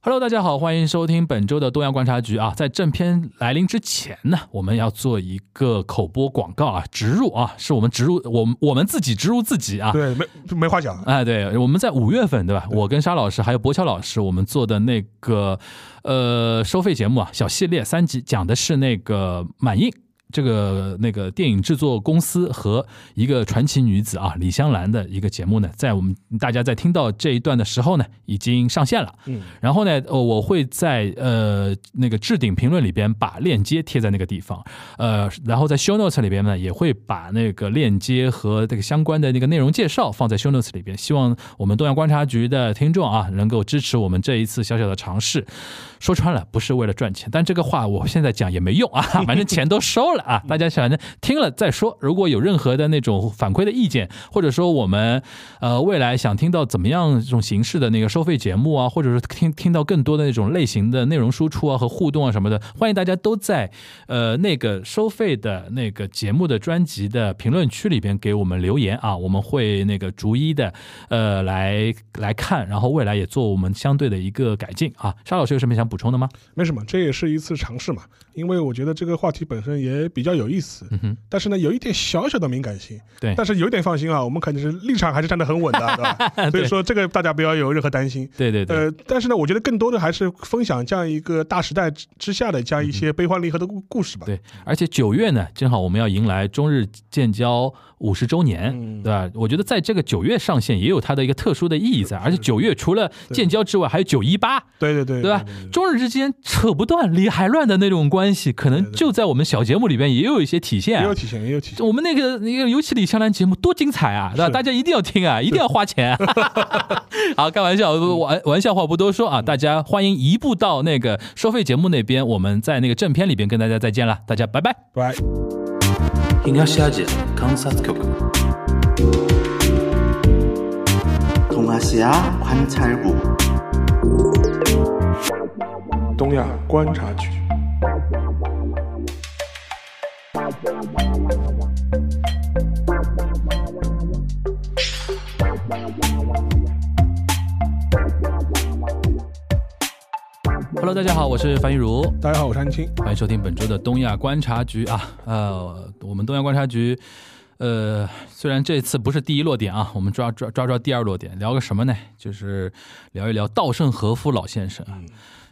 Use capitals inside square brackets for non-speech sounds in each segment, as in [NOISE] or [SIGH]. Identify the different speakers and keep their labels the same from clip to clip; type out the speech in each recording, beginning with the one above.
Speaker 1: Hello，大家好，欢迎收听本周的东阳观察局啊。在正片来临之前呢，我们要做一个口播广告啊，植入啊，是我们植入我们我们自己植入自己啊。
Speaker 2: 对，没没话讲。
Speaker 1: 哎，对，我们在五月份对吧？我跟沙老师还有博乔老师，我们做的那个呃收费节目啊，小系列三集，讲的是那个满映这个那个电影制作公司和一个传奇女子啊李香兰的一个节目呢，在我们大家在听到这一段的时候呢，已经上线了。
Speaker 2: 嗯，
Speaker 1: 然后呢，呃，我会在呃那个置顶评论里边把链接贴在那个地方，呃，然后在 show notes 里边呢，也会把那个链接和这个相关的那个内容介绍放在 show notes 里边。希望我们东阳观察局的听众啊，能够支持我们这一次小小的尝试。说穿了，不是为了赚钱，但这个话我现在讲也没用啊， [LAUGHS] 反正钱都收了啊，大家想着听了再说。如果有任何的那种反馈的意见，或者说我们呃未来想听到怎么样这种形式的那个收费节目啊，或者是听听到更多的那种类型的内容输出啊和互动啊什么的，欢迎大家都在呃那个收费的那个节目的专辑的评论区里边给我们留言啊，我们会那个逐一的呃来来看，然后未来也做我们相对的一个改进啊。沙老师有什么想补充的吗？
Speaker 2: 没什么，这也是一次尝试嘛。因为我觉得这个话题本身也比较有意思，
Speaker 1: 嗯哼
Speaker 2: 但是呢，有一点小小的敏感性。
Speaker 1: 对
Speaker 2: 但是有一点放心啊，我们肯定是立场还是站得很稳的，啊对
Speaker 1: [LAUGHS]
Speaker 2: 吧？所以说这个大家不要有任何担心。
Speaker 1: 对对对，
Speaker 2: 呃，但是呢，我觉得更多的还是分享这样一个大时代之之下的这样一些悲欢离合的故故事吧。
Speaker 1: 嗯对，而且九月呢，正好我们要迎来中日建交五十周年，
Speaker 2: 嗯
Speaker 1: 对吧？我觉得在这个九月上线也有它的一个特殊的意义在，而且九月除了建交之外，还有九一八，
Speaker 2: 对对对
Speaker 1: 对吧？中日之间扯不断、理还乱的那种关系，可能
Speaker 2: 对对
Speaker 1: 就在我们小节目里边也有一些体现
Speaker 2: 也
Speaker 1: 啊、
Speaker 2: 有体现，也有体现。
Speaker 1: 我们那个那个，尤其李香兰节目多精彩啊，对吧？
Speaker 2: 是
Speaker 1: 大家一定要听啊，一定要花 [LAUGHS] 钱、啊。好，开玩笑，呃玩玩笑话不多说啊，大家欢迎移步到那个收费节目那边，我们在那个正片里边跟大家再见了，大家拜拜。
Speaker 2: 拜。
Speaker 3: 東アジア観察局東アジア観察局
Speaker 2: 东亚观察局。
Speaker 1: Hello，大家好，我是樊玉茹，
Speaker 2: 大家好，我是安青。
Speaker 1: 欢迎收听本周的东亚观察局啊。呃，我们东亚观察局，呃，虽然这次不是第一落点啊，我们抓抓抓抓第二落点，聊个什么呢？就是聊一聊稻盛和夫老先生啊。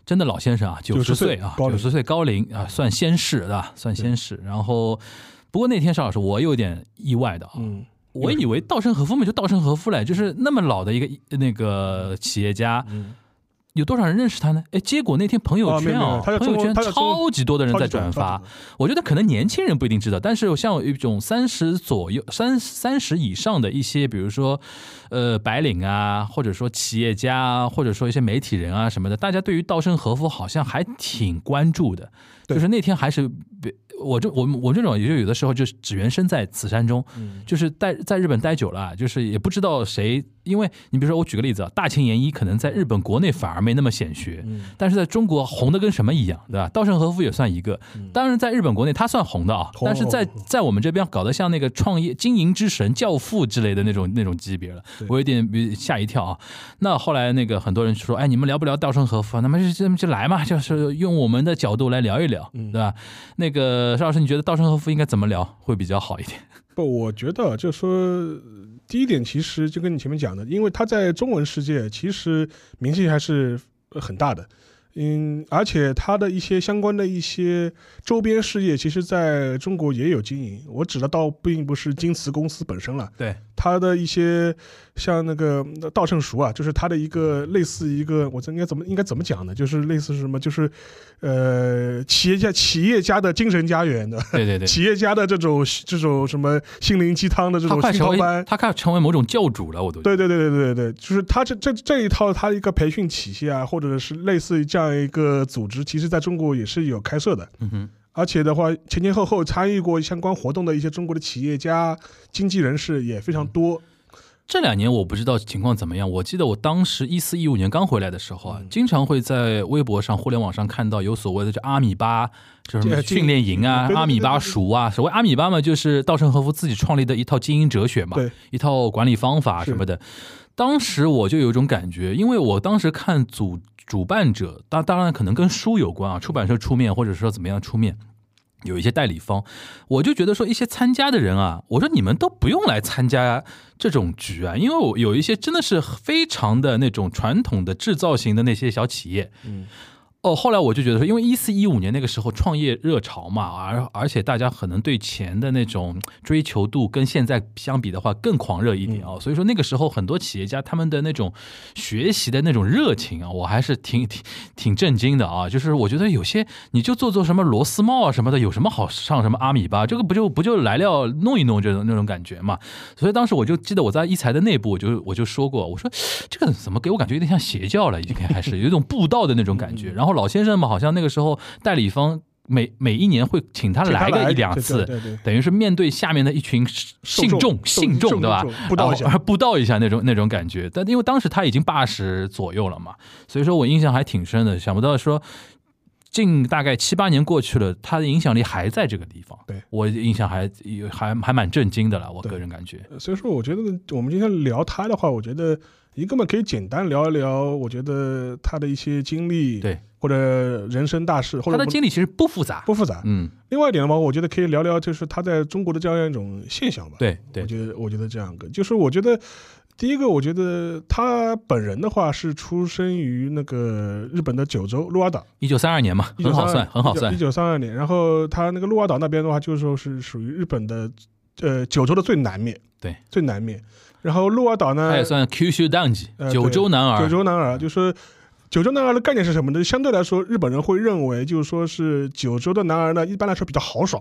Speaker 1: 真的老先生啊，九十
Speaker 2: 90
Speaker 1: 岁
Speaker 2: 岁
Speaker 1: 啊，
Speaker 2: 高
Speaker 1: 九
Speaker 2: 龄
Speaker 1: 十岁高龄啊，算先逝对吧？算先逝。然后，不过那天邵老师，我有点意外的啊，
Speaker 2: 嗯，
Speaker 1: 我以为稻盛和夫嘛，就稻盛和夫嘞，就是那么老的一个那个企业家，有多少人认识他呢？哎，结果那天朋友圈
Speaker 2: 嗯啊没有没
Speaker 1: 啊
Speaker 2: 有，他在
Speaker 1: 朋友圈
Speaker 2: 中国他在中国
Speaker 1: 超级多的人在转
Speaker 2: 超级多
Speaker 1: 发
Speaker 2: 超级，
Speaker 1: 我觉得可能年轻人不一定知道，但是像有一种三十左右、三三十以上的一些，比如说呃白领啊，或者说企业家啊，或者说一些媒体人啊什么的，大家对于稻盛和夫好像还挺关注的。
Speaker 2: 对
Speaker 1: 就是那天还是别我这我们我这种也就有的时候就是只缘身在此山中，
Speaker 2: 嗯
Speaker 1: 就是待在日本待久了啊，就是也不知道谁，因为你比如说我举个例子啊，大前研一可能在日本国内反而没那么显学，
Speaker 2: 嗯
Speaker 1: 但是在中国红的跟什么一样，对吧？稻盛和夫也算一个，当然在日本国内他算红的啊，
Speaker 2: 嗯红
Speaker 1: 但是在
Speaker 2: 红红
Speaker 1: 在我们这边搞得像那个创业经营之神、教父之类的那种那种级别了，
Speaker 2: 对
Speaker 1: 我有点呃吓一跳啊。那后来那个很多人说，哎，你们聊不聊稻盛和夫啊？那么就就就来嘛，就是用我们的角度来聊一聊，
Speaker 2: 嗯
Speaker 1: 对吧？那个邵老师，你觉得稻盛和夫应该怎么聊会比较好一点？
Speaker 2: 不，我觉得就说呃第一点，其实就跟你前面讲的，因为他在中文世界其实名气还是呃很大的。嗯，而且他的一些相关的一些周边事业，其实在中国也有经营。我指的倒并不是京瓷公司本身了，
Speaker 1: 对，
Speaker 2: 他的一些像那个呃稻盛熟啊，就是他的一个类似一个，我这应该怎么应该怎么讲呢？就是类似什么，就是呃，企业家企业家的精神家园的，
Speaker 1: 对对对。
Speaker 2: 企业家的这种这种什么心灵鸡汤的这
Speaker 1: 他
Speaker 2: 种
Speaker 1: 快
Speaker 2: 熏
Speaker 1: 成
Speaker 2: 陶
Speaker 1: 为
Speaker 2: 班，
Speaker 1: 他快成为某种教主了，我都觉得
Speaker 2: 对对对对对对对，就是他这这这一套他一个培训体系啊，或者是类似于这样一个组织，其实在中国也是有开设的。
Speaker 1: 嗯哼，
Speaker 2: 而且的话，前前后后参与过相关活动的一些中国的企业家、经纪人士也非
Speaker 1: 嗯
Speaker 2: 常多。
Speaker 1: 这两年我不知道情况怎么样。我记得我当时一四一五年刚回来的时候
Speaker 2: 嗯
Speaker 1: 啊，经常会在微博上、互联网上看到有所谓的这阿米巴，就是什么
Speaker 2: 这这
Speaker 1: 训练营啊
Speaker 2: 对对、对
Speaker 1: 阿米巴塾啊。所谓阿米巴嘛，就是稻盛和夫自己创立的一套经营哲学嘛，
Speaker 2: 对
Speaker 1: 一套管理方法
Speaker 2: 是
Speaker 1: 什么的。当时我就有一种感觉，因为我当时看组主办者，当当然可能跟书有关啊，出版社出面或者说怎么样出面。有一些代理方，我就觉得说一些参加的人啊，我说你们都不用来参加这种局啊，因为我有一些真的是非常的那种传统的制造型的那些小企业，
Speaker 2: 嗯，
Speaker 1: 哦，后来我就觉得说，因为一四一五年那个时候创业热潮嘛，而而且大家可能对钱的那种追求度跟现在相比的话更狂热一点啊、所以说那个时候很多企业家他们的那种学习的那种热情啊，我还是挺挺挺震惊的啊。就是我觉得有些你就做做什么螺丝帽啊什么的，有什么好上什么阿米巴，这个不就不就来料弄一弄这种那种感觉嘛。所以当时我就记得我在一财的内部，我就我就说过，我说这个怎么给我感觉有点像邪教了，已经开始有一种布道的那种感觉。
Speaker 2: 嗯
Speaker 1: 然后老先生嘛，好像那个时候代理方每每一年会请他
Speaker 2: 请他
Speaker 1: 来个
Speaker 2: 来
Speaker 1: 一两
Speaker 2: 对对
Speaker 1: 次，
Speaker 2: 对对
Speaker 1: 等于是面对下面的一群信
Speaker 2: 受
Speaker 1: 众
Speaker 2: 众
Speaker 1: 信
Speaker 2: 受
Speaker 1: 众对吧啊
Speaker 2: 受？众布道一下
Speaker 1: 然后布道一下那种那种感觉。但因为当时他已经八十左右了嘛，所以说我印象还挺深的。想不到说近大概七八年过去了，他的影响力还在这个地方。
Speaker 2: 对
Speaker 1: 我印象还还还蛮震惊的了，我
Speaker 2: 对
Speaker 1: 个人感觉。
Speaker 2: 所以说，我觉得我们今天聊他的话，我觉得一个嘛，可以简单聊一聊，我觉得他的一些经历，
Speaker 1: 对，
Speaker 2: 或者人生大事，或
Speaker 1: 他
Speaker 2: 者
Speaker 1: 的
Speaker 2: 不
Speaker 1: 经历其实不复杂。
Speaker 2: 不复杂。
Speaker 1: 嗯，
Speaker 2: 另外一点的话，我觉得可以聊聊，就是他在中国的这样一种现象吧。，
Speaker 1: 对
Speaker 2: 我
Speaker 1: 对，
Speaker 2: 觉得我觉得这样一个，就是我觉得第一个，我觉得他本人的话是出生于那个日本的九州鹿儿岛，
Speaker 1: 一九三二年嘛，很好算，很好算
Speaker 2: 一。九三二年。然后他那个鹿儿岛那边的话，就是说是属于日本的，呃，九州的最南面，
Speaker 1: 对，
Speaker 2: 最南面。然后鹿儿岛呢，
Speaker 1: 他也算 Qshu d o w n 级
Speaker 2: 呃，
Speaker 1: 九州男
Speaker 2: 九
Speaker 1: 儿。嗯
Speaker 2: 州男儿，就是九州男儿的概念是什么呢？相对来说，日本人会认为就是说是九州的男儿呢，一般来说比较豪爽，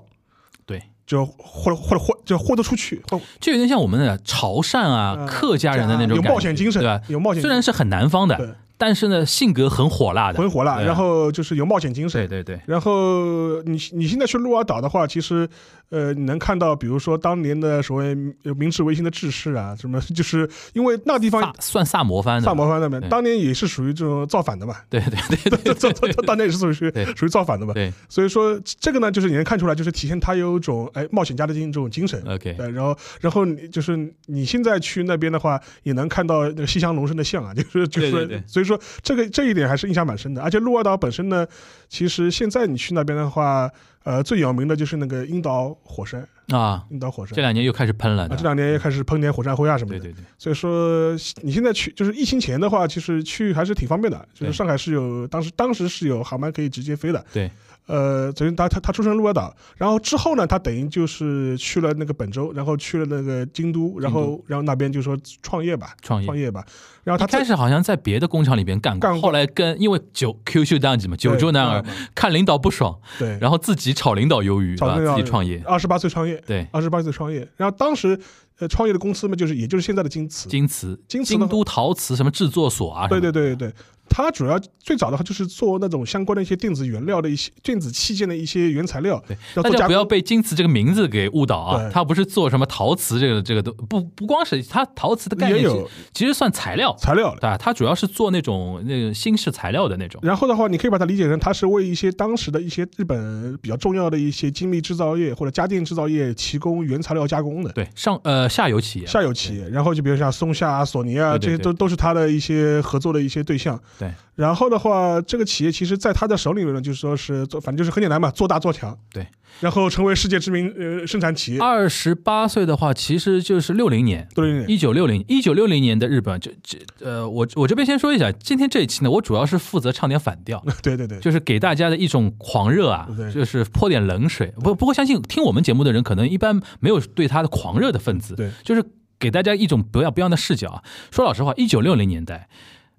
Speaker 1: 对，
Speaker 2: 就或者或者或就豁得出去，或
Speaker 1: 就有点像我们的潮汕啊、
Speaker 2: 嗯
Speaker 1: 客家人的那种
Speaker 2: 有
Speaker 1: 感
Speaker 2: 冒
Speaker 1: 觉
Speaker 2: 险精神，
Speaker 1: 对吧？
Speaker 2: 有冒险
Speaker 1: 虽然是很南方
Speaker 2: 对
Speaker 1: 的，但是呢，性格很火辣的。
Speaker 2: 魂活了，
Speaker 1: 对啊
Speaker 2: 然后就是有冒险精
Speaker 1: 对
Speaker 2: 神。
Speaker 1: 对对，
Speaker 2: 然后你你现在去鹿儿岛的话，其实，呃，你能看到，比如说当年的所谓呃明治维新的志士啊，什么， [LAUGHS] 就是因为那地
Speaker 1: 萨
Speaker 2: 方
Speaker 1: 算萨摩藩的。
Speaker 2: 萨摩藩那
Speaker 1: 对
Speaker 2: 边，当年也是属于这种造反
Speaker 1: [LAUGHS]
Speaker 2: 的嘛，
Speaker 1: 对对
Speaker 2: [LAUGHS]
Speaker 1: 对对
Speaker 2: 这这这当年也是属于
Speaker 1: 对
Speaker 2: 属于造反的嘛，
Speaker 1: 对
Speaker 2: 所以说这个呢，就是你能看出来，就是体现他有一种哎冒险家的这种精神。
Speaker 1: ，OK，
Speaker 2: 对，然后，然后你就是你现在去那边的话，也能看到那个西乡隆盛的像啊， [LAUGHS] 就是就是，
Speaker 1: 对对对
Speaker 2: 所以说这个这一点还是印象蛮深的。而且鹿儿岛本身呢，其实现在你去那边的话，呃，最有名的就是那个樱岛火山，
Speaker 1: 啊，
Speaker 2: 樱岛火山
Speaker 1: 这两年又开始喷了
Speaker 2: 啊，
Speaker 1: 呢。
Speaker 2: 这两年也开始喷点火山灰啊什么
Speaker 1: 对
Speaker 2: 的。
Speaker 1: 对对，
Speaker 2: 所以说你现在去，就是疫情前的话，其实去还是挺方便的，就
Speaker 1: 对
Speaker 2: 是上海是有当时当时是有航班可以直接飞的。
Speaker 1: 对，
Speaker 2: 呃，所以他他他出生鹿儿岛，然后之后呢，他等于就是去了那个本州，然后去了那个京都，然后然后那边就说创业吧，
Speaker 1: 创业
Speaker 2: 创。业吧，然后他
Speaker 1: 一开
Speaker 2: 在
Speaker 1: 始好像在别的工厂里边干
Speaker 2: 干
Speaker 1: 过，
Speaker 2: 过
Speaker 1: 后来跟因为九 Qshu d o w n 级嘛，九州男儿
Speaker 2: 对
Speaker 1: 看领导不爽，
Speaker 2: 呃对，
Speaker 1: 然后自己炒领导鱿鱼，
Speaker 2: 找
Speaker 1: 啊，
Speaker 2: 那个
Speaker 1: 自己创业。
Speaker 2: 二十八岁创业，
Speaker 1: 对，
Speaker 2: 二十八岁创业，然后当时呃创业的公司嘛，就是也就是现在的京瓷，
Speaker 1: 京瓷、
Speaker 2: 京瓷的
Speaker 1: 京都陶瓷什么制作所啊，
Speaker 2: 对对对对对，它主要最早的话就是做那种相关的一些电子原料的一些电子器件的一些原材料，
Speaker 1: 对
Speaker 2: 要
Speaker 1: 大
Speaker 2: 做
Speaker 1: 家
Speaker 2: 加
Speaker 1: 不
Speaker 2: 工。
Speaker 1: 要被京瓷这个名字给误导啊，
Speaker 2: 对
Speaker 1: 它不是做什么陶瓷这个这个都不不光是它陶瓷的概
Speaker 2: 也
Speaker 1: 念其
Speaker 2: 有
Speaker 1: 实，其实算材料，
Speaker 2: 材料
Speaker 1: 对
Speaker 2: 的。
Speaker 1: 吧？它主要是做那种那种新式材料的那种，
Speaker 2: 然后的话，你可以把它理解成，它是为一些当时的一些日本比较重要的一些精密制造业或者家电制造业提供原材料加工的
Speaker 1: 对上呃下游企业，
Speaker 2: 下游企业。然后就比如像松下啊、索尼啊，
Speaker 1: 对对
Speaker 2: 这些
Speaker 1: 对
Speaker 2: 都都是它的一些合作的一些对象。
Speaker 1: 对。
Speaker 2: 然后的话，这个企业其实在他的手里面呢，就是说是做，反正就是很简单嘛，做大做强。
Speaker 1: 对。啊
Speaker 2: 然后成为世界知名呃生产企业。
Speaker 1: 二十八岁的话，其实就是六零年。
Speaker 2: 对对对。
Speaker 1: 一九六零一九六零年的日本，这这呃，我我这边先说一下，今天这一期呢，我主要是负责唱点反调，
Speaker 2: [LAUGHS] 对对对，
Speaker 1: 就是给大家的一种狂热啊
Speaker 2: 对，
Speaker 1: 就是泼点冷水。不不过相信听我们节目的人，可能一般没有对他的狂热的分子，
Speaker 2: 对，
Speaker 1: 就是给大家一种不要不一样的视角啊。说老实话，一九六零年代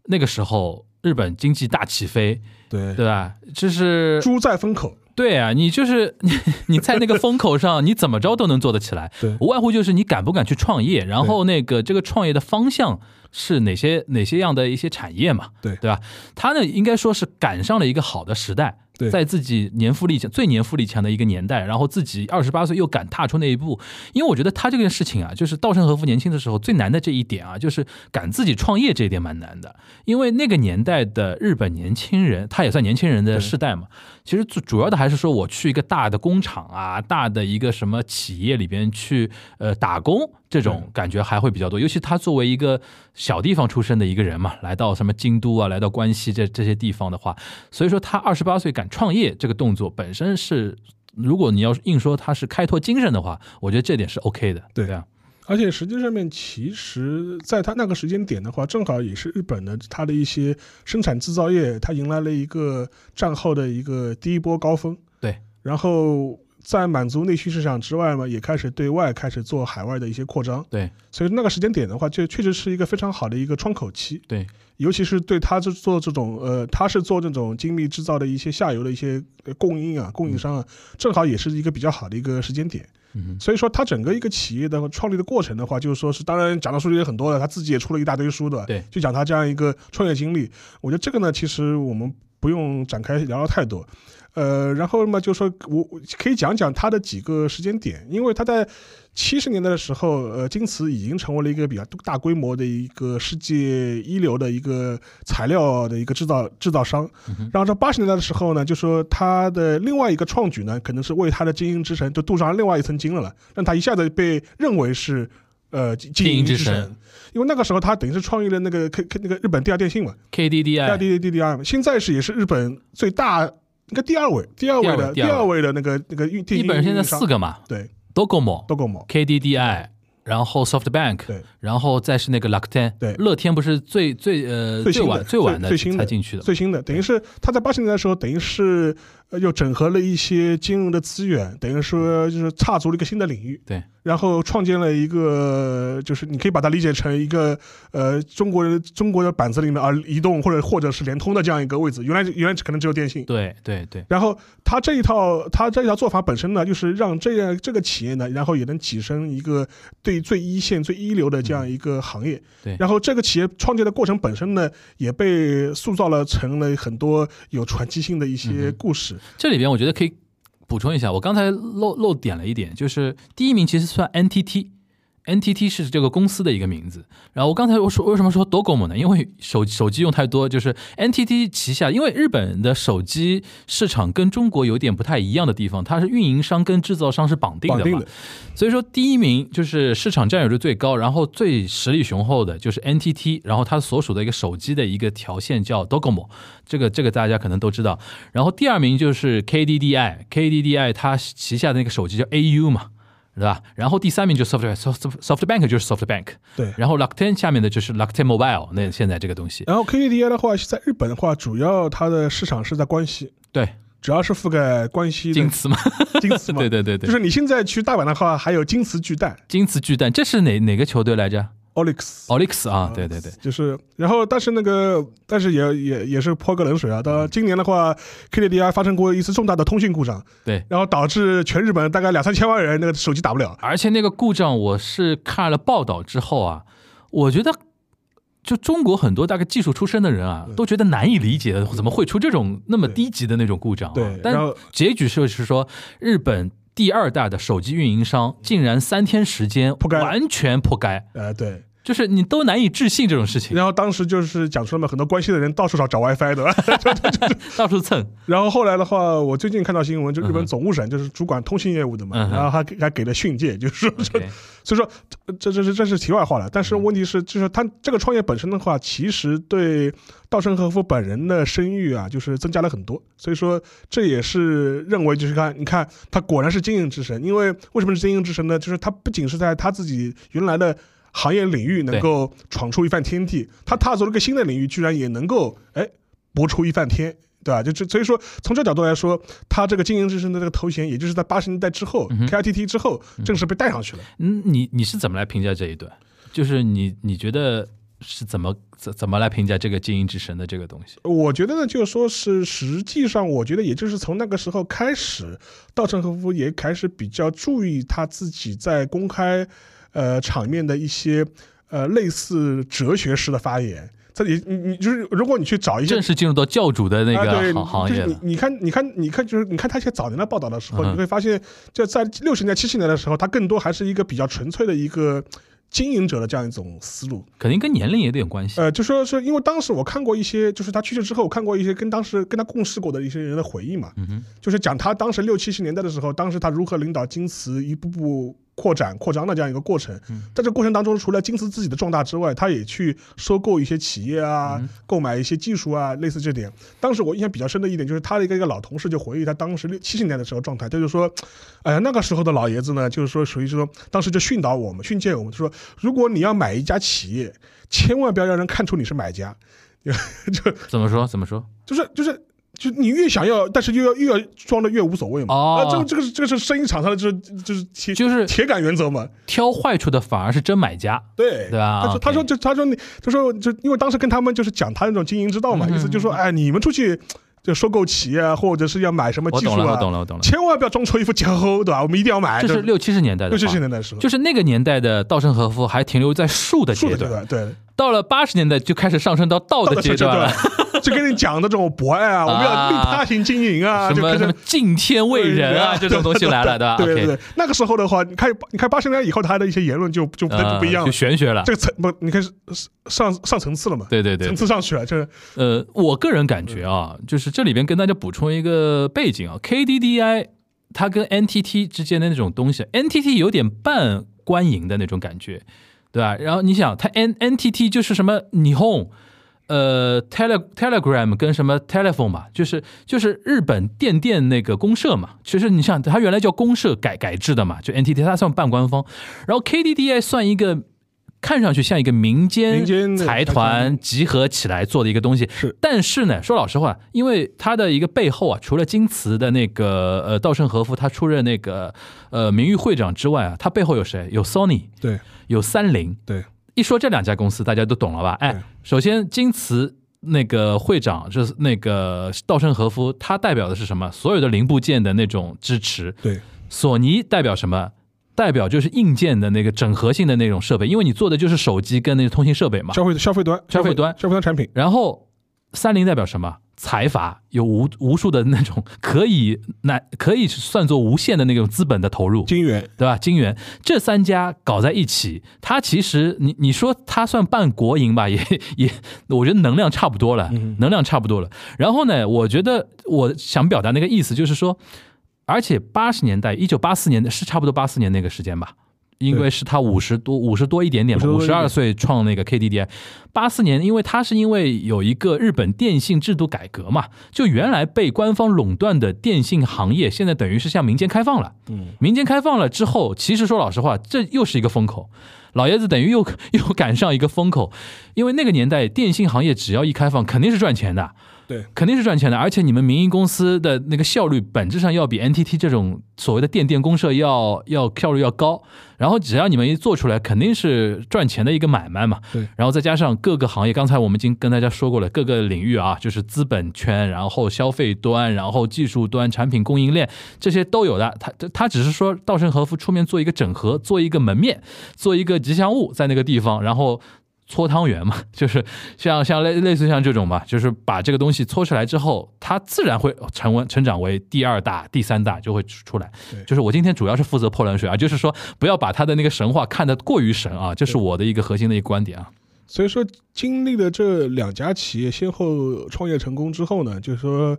Speaker 1: 那个时候，日本经济大起飞，
Speaker 2: 对
Speaker 1: 对吧？就是
Speaker 2: 猪在风口，
Speaker 1: 对啊，你就是你你在那个风口上，你怎么着都能做得起来。
Speaker 2: [LAUGHS] 对
Speaker 1: 无外乎就是你敢不敢去创业，然后那个这个创业的方向是哪些哪些样的一些产业嘛，
Speaker 2: 对
Speaker 1: 对吧？他呢应该说是赶上了一个好的时代，
Speaker 2: 对
Speaker 1: 在自己年富力强、最年富力强的一个年代，然后自己二十八岁又敢踏出那一步，因为我觉得他这件事情啊，就是稻盛和夫年轻的时候最难的这一点啊，就是敢自己创业这一点蛮难的，因为那个年代的日本年轻人，他也算年轻人的世代嘛，其实最主要的还是说我去一个大的工厂啊，大的一个什么企业里边去呃打工。这种感觉还会比较多，尤其他作为一个小地方出身的一个人嘛，来到什么京都啊，来到关西这这些地方的话，所以说他二十八岁敢创业这个动作本身是，如果你要硬说他是开拓精神的话，我觉得这点是 OK 的，
Speaker 2: 对
Speaker 1: 啊，
Speaker 2: 而且实际上面，其实在他那个时间点的话，正好也是日本的它的一些生产制造业，它迎来了一个战后的一个第一波高峰。
Speaker 1: 对，
Speaker 2: 然后在满足内需市场之外嘛，也开始对外开始做海外的一些扩张。
Speaker 1: 对
Speaker 2: 所以那个时间点的话，就确实是一个非常好的一个窗口期。
Speaker 1: 对，
Speaker 2: 尤其是对他是做这种呃，他是做这种精密制造的一些下游的一些呃供应啊、供应商啊，正好也是一个比较好的一个时间点。
Speaker 1: 嗯
Speaker 2: 所以说，他整个一个企业的创立的过程的话，就是说是当然讲的书也很多了，他自己也出了一大堆书的，
Speaker 1: 对
Speaker 2: 就讲他这样一个创业经历。我觉得这个呢，其实我们不用展开聊聊太多。呃，然后嘛，就说我我可以讲讲他的几个时间点，因为他在七十年代的时候，呃，京瓷已经成为了一个比较大规模的一个世界一流的一个材料的一个制造制造商。然后到八十年代的时候呢，就说他的另外一个创举呢，可能是为他的经营之神就镀上另外一层金了了，让他一下子被认为是呃经经
Speaker 1: 经营
Speaker 2: 营
Speaker 1: 之
Speaker 2: 之
Speaker 1: 神
Speaker 2: 神，因为那个时候他等于是创立了那个 K K 那个日本第二电信嘛，亚
Speaker 1: KDDI
Speaker 2: D D D R，现在是也是日本最大应该第二位，第二位的
Speaker 1: 第
Speaker 2: 第
Speaker 1: 二位
Speaker 2: 二位的那个那个运电
Speaker 1: 基
Speaker 2: 信
Speaker 1: 本上现在四
Speaker 2: 个
Speaker 1: 个嘛
Speaker 2: 对
Speaker 1: ，Docomo、
Speaker 2: ，Docomo
Speaker 1: KDDI，然后 SoftBank，
Speaker 2: 对
Speaker 1: 然后再是那个 Lakuten，
Speaker 2: 对
Speaker 1: 乐天不是最最呃最
Speaker 2: 最新的
Speaker 1: 晚最晚的
Speaker 2: 最新的
Speaker 1: 才进去的嘛，
Speaker 2: 最新的，等于是他在八十年代的时候，等于是呃又整合了一些金融的资源，等于说就是踏足了一个新的领域，
Speaker 1: 对，
Speaker 2: 然后创建了一个就是你可以把它理解成一个呃中国人中国的板子里面啊移动或者或者是联通的这样一个位置，原来原来可能只有电信，
Speaker 1: 对对对，
Speaker 2: 然后他这一套，他这一套做法本身呢，就是让这样这个企业呢，然后也能跻身一个对最一线、最一流的这样一个行业。
Speaker 1: 对
Speaker 2: 然后这个企业创建的过程本身呢，也被塑造了成了很多有传奇性的一
Speaker 1: 嗯
Speaker 2: 些故事。
Speaker 1: 这里边我觉得可以补充一下，我刚才漏漏点了一点，就是第一名其实算 NTT。NTT 是这个公司的一个名字，然后我刚才我说为什么说 Docomo 呢？因为手手机用太多，就是 NTT 旗下，因为日本的手机市场跟中国有点不太一样的地方，它是运营商跟制造商是绑定的嘛，
Speaker 2: 绑定的
Speaker 1: 所以说第一名就是市场占有率最高，然后最实力雄厚的就是 NTT，然后它所属的一个手机的一个条线叫 Docomo，这个这个大家可能都知道。然后第二名就是 KDDI，KDDI 它旗下的那个手机叫 AU 嘛。对吧？然后第三名就是 Soft SoftBank，就是 SoftBank。
Speaker 2: 对
Speaker 1: 然后 Lakuten 下面的就是 Lakuten Mobile，那现在这个东西。
Speaker 2: 然后 KDDI 的话，在日本的话，主要它的市场是在关西，
Speaker 1: 对，
Speaker 2: 主要是覆盖关西的
Speaker 1: 京瓷嘛， [LAUGHS]
Speaker 2: 京瓷嘛。
Speaker 1: 对对对
Speaker 2: 就
Speaker 1: 对，
Speaker 2: 是你现在去大阪的话，还有京瓷巨蛋
Speaker 1: 京瓷巨蛋，这是哪哪个球队来着
Speaker 2: Olix。
Speaker 1: ？Olix 啊，对对对，
Speaker 2: 就是，然后但是那个，但是也也也是泼个冷水啊。当
Speaker 1: 嗯
Speaker 2: 然，今年的话，KDDI 发生过一次重大的通讯故障，
Speaker 1: 对
Speaker 2: 然后导致全日本大概两三千万人那个手机打不了。
Speaker 1: 而且那个故障，我是看了报道之后啊，我觉得就中国很多大概技术出身的人啊，
Speaker 2: 对
Speaker 1: 都觉得难以理解，怎么会出这种那么
Speaker 2: 对
Speaker 1: 低级的那种故障、啊？
Speaker 2: 对
Speaker 1: 但
Speaker 2: 然后
Speaker 1: 结局就是说，日本第二大的手机运营商竟然三天时间
Speaker 2: 扑街
Speaker 1: 完全破该，
Speaker 2: 呃，对。
Speaker 1: 就是你都难以置信这种事
Speaker 2: [LAUGHS]
Speaker 1: 情，
Speaker 2: 然后当时就是讲出了嘛，很多关西的人到处找找 WiFi 的。 [LAUGHS]
Speaker 1: 到处蹭，
Speaker 2: 然后后来的话，我最近看到新闻，就日
Speaker 1: 嗯哼
Speaker 2: 本总务省就是主管通信业务的嘛，
Speaker 1: 嗯哼
Speaker 2: 然后还给还给了训诫，就是说
Speaker 1: OK，
Speaker 2: 所以说，这这这这是题外话了。但是
Speaker 1: 嗯
Speaker 2: 问题是，就是他这个创业本身的话，其实对稻盛和夫本人的声誉啊，就是增加了很多。所以说，这也是认为就是看，你看他果然是经营之神。因为为什么是经营之神呢？就是他不仅是在他自己原来的行业领域能够闯出一番天地，他踏足了一个新的领域，居然也能够哎搏出一番天。对吧？就这，所以说从这角度来说，他这个经营之神的这个头衔，也就是在八十年代之后、
Speaker 1: 嗯哼
Speaker 2: KITT 之后正式被带上去了。
Speaker 1: 嗯，你你是怎么来评价这一段？就是你你觉得是怎么怎怎么来评价这个经营之神的这个东西？
Speaker 2: 我觉得呢，就是说是实际上，我觉得也就是从那个时候开始，稻盛和夫也开始比较注意他自己在公开呃场面的一些呃类似哲学式的发言。它也你你就是如果你去找一些
Speaker 1: 正式进入到教主的那
Speaker 2: 啊、对
Speaker 1: 个行行
Speaker 2: 就
Speaker 1: 业
Speaker 2: 是你
Speaker 1: 了。
Speaker 2: 你看你看你看就是你看他一些早年的报道的时候，
Speaker 1: 嗯
Speaker 2: 你会发现，就在六十年代七十年代的时候，他更多还是一个比较纯粹的一个经营者的这样一种思路。
Speaker 1: 肯定跟年龄也得有关系。
Speaker 2: 呃，就说是因为当时我看过一些，就是他去世之后，我看过一些跟当时跟他共事过的一些人的回忆嘛，
Speaker 1: 嗯哼，
Speaker 2: 就是讲他当时六七十年代的时候，当时他如何领导京瓷一步步。扩展扩张的这样一个过程，
Speaker 1: 嗯
Speaker 2: 在这个过程当中，除了京瓷自己的壮大之外，他也去收购一些企业啊，
Speaker 1: 嗯
Speaker 2: 购买一些技术啊，类似这点。当时我印象比较深的一点就是他的一个一个老同事就回忆他当时六七十年代的时候状态，他就说，哎呀，那个时候的老爷子呢，就是说属于说当时就训导我们、训诫我们，就说如果你要买一家企业，千万不要让人看出你是买家，
Speaker 1: 怎么说？怎么说？
Speaker 2: 就是就是。就你越想要，但是又要又要装的越无所谓嘛。
Speaker 1: 哦
Speaker 2: 啊，这个这个是这个是生意场上的，就是就是铁
Speaker 1: 就是
Speaker 2: 铁杆原则嘛。
Speaker 1: 挑坏处的反而是真买家。
Speaker 2: 对，
Speaker 1: 对啊
Speaker 2: 他说，
Speaker 1: OK
Speaker 2: 他说，就他说你，他说就因为当时跟他们就是讲他那种经营之道嘛，
Speaker 1: 嗯
Speaker 2: 意思就说，哎，你们出去就收购企业啊，或者是要买什么
Speaker 1: 我
Speaker 2: 技术
Speaker 1: 懂了，我
Speaker 2: 啊，
Speaker 1: 懂了，我懂了。
Speaker 2: 千万不要装出一副假吼，对吧？我们一定要买，
Speaker 1: 这是六七十年代的，
Speaker 2: 六七十，年代的时候，
Speaker 1: 就是那个年代的稻盛和夫还停留在树的
Speaker 2: 树
Speaker 1: 阶
Speaker 2: 的阶
Speaker 1: 段，
Speaker 2: 段，对，
Speaker 1: 到了八十年代就开始上升到道的
Speaker 2: 道德
Speaker 1: 阶
Speaker 2: 阶
Speaker 1: 段
Speaker 2: 段
Speaker 1: 了。， [LAUGHS]
Speaker 2: 就跟你讲那种博爱啊，我们要利他型经营啊，
Speaker 1: 什
Speaker 2: 就
Speaker 1: 么
Speaker 2: 开
Speaker 1: 什么
Speaker 2: 始。
Speaker 1: 敬天为人啊，这种东西来了，对吧
Speaker 2: [LAUGHS] 对对
Speaker 1: ？OK，
Speaker 2: 对，那个时候的话，你看，你看八十年代以后，他的一些言论就就不
Speaker 1: 呃
Speaker 2: 不一样
Speaker 1: 就
Speaker 2: 了，
Speaker 1: 玄学了
Speaker 2: 这。个层不，你看是是上上层次了嘛，
Speaker 1: 对对对
Speaker 2: 层，次上去了，就是
Speaker 1: 呃，我个人感觉啊，就是这里边跟大家补充一个背景啊，KDDI 它跟 NTT 之间的那种东西，NTT 有点半官营的那种感觉，对吧？然后你想，它 N NTT 就是什么 n i h o n 呃，Tele Telegram 跟什么 Telephone 嘛，就是就是日本电电那个公社嘛。其实你想，它原来叫公社改改制的嘛，就 NTT 它算半官方，然后 KDDI 算一个看上去像一个民间
Speaker 2: 民间的
Speaker 1: 财
Speaker 2: 财团
Speaker 1: 团集合起来做的一个东西。
Speaker 2: 是
Speaker 1: 但是呢，说老实话，因为它的一个背后啊，除了京瓷的那个呃稻盛和夫他出任那个呃名誉会长之外啊，他背后有谁？有 Sony，
Speaker 2: 对
Speaker 1: 有三菱。
Speaker 2: 对，
Speaker 1: 一说这两家公司，大家都懂了吧？哎
Speaker 2: 对，
Speaker 1: 首先京瓷。那个会长就是那个稻盛和夫，他代表的是什么？所有的零部件的那种支持，
Speaker 2: 对
Speaker 1: 索尼代表什么？代表就是硬件的那个整合性的那种设备，因为你做的就是手机跟那个通信设备嘛。
Speaker 2: 消费消费端
Speaker 1: 消费端
Speaker 2: 消费端产品，
Speaker 1: 然后三菱代表什么？财阀有无无数的那种可以那可以算作无限的那种资本的投入，
Speaker 2: 金源
Speaker 1: 对吧？金源这三家搞在一起，它其实你你说它算半国营吧，也 [LAUGHS] 也，我觉得能量差不多了，
Speaker 2: 嗯
Speaker 1: 能量差不多了。然后呢，我觉得我想表达那个意思就是说，而且八十年代，一九八四年的是差不多八四年那个时间吧。因为是他五十多五十多一点点吧，
Speaker 2: 50多
Speaker 1: 五
Speaker 2: 一
Speaker 1: 十
Speaker 2: 点
Speaker 1: 二岁创那个 KDDI，八四年，因为他是因为有一个日本电信制度改革嘛，就原来被官方垄断的电信行业，现在等于是向民间开放了。民间开放了之后，其实说老实话，这又是一个风口。老爷子等于又 [LAUGHS] 又赶上一个风口，因为那个年代电信行业只要一开放，肯定是赚钱的，
Speaker 2: 对，
Speaker 1: 肯定是赚钱的。而且你们民营公司的那个效率，本质上要比 NTT 这种所谓的电电公社要要效率要高。然后只要你们一做出来，肯定是赚钱的一个买卖嘛。
Speaker 2: 对
Speaker 1: 然后再加上各个行业，刚才我们已经跟大家说过了，各个领域啊，就是资本圈，然后消费端，然后技术端、产品供应链这些都有的。他他只是说稻盛和夫出面做一个整合，做一个门面，做一个吉祥物在那个地方，然后。搓汤圆嘛，就是像像类类似像这种嘛，就是把这个东西搓出来之后，它自然会成为成长为第二大、第三大就会出出来。就是我今天主要是负责泼冷水啊，就是说不要把他的那个神话看得过于神啊，这是我的一个核心的一个观点啊。
Speaker 2: 所以说，经历了这两家企业先后创业成功之后呢，就是说，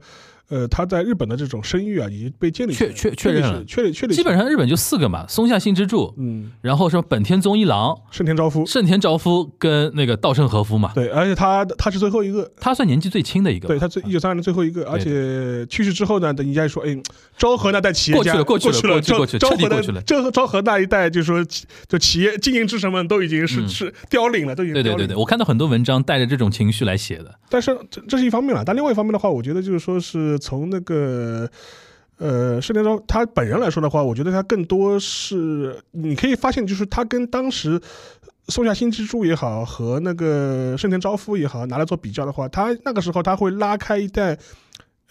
Speaker 2: 呃，他在日本的这种声誉啊，已经被建立起来
Speaker 1: 确确确认了
Speaker 2: 确立确立起
Speaker 1: 基
Speaker 2: 来
Speaker 1: 本，上日本就四个嘛，松下幸之助，
Speaker 2: 嗯，哦
Speaker 1: 然后什么本田宗一郎、
Speaker 2: 盛田昭夫，
Speaker 1: 盛田昭夫跟那个稻盛和夫嘛，
Speaker 2: 对，而且他他是最后一个，
Speaker 1: 他算年纪最轻的一个吧。嗯啊
Speaker 2: 对他最一九三二年最后一个，而且去世之后呢，人家说，哎，昭和那代企业家
Speaker 1: 过去了过去了
Speaker 2: 昭
Speaker 1: 过去了
Speaker 2: 昭
Speaker 1: 彻底
Speaker 2: 和
Speaker 1: 过去了
Speaker 2: 的昭昭和那一代，就是说，就企业经营之神们都已经是、
Speaker 1: 嗯
Speaker 2: 是凋零了，都已经
Speaker 1: 对对
Speaker 2: 凋零
Speaker 1: 对
Speaker 2: 了
Speaker 1: 对，我看到很多文章带着这种情绪来写的。
Speaker 2: 但是这这是一方面了，但另外一方面的话，我觉得就是说是从那个。呃，盛田昭他本人来说的话，我觉得他更多是你可以发现，就是他跟当时松下新之助也好，和那个盛田昭夫也好拿来做比较的话，他那个时候他会拉开一代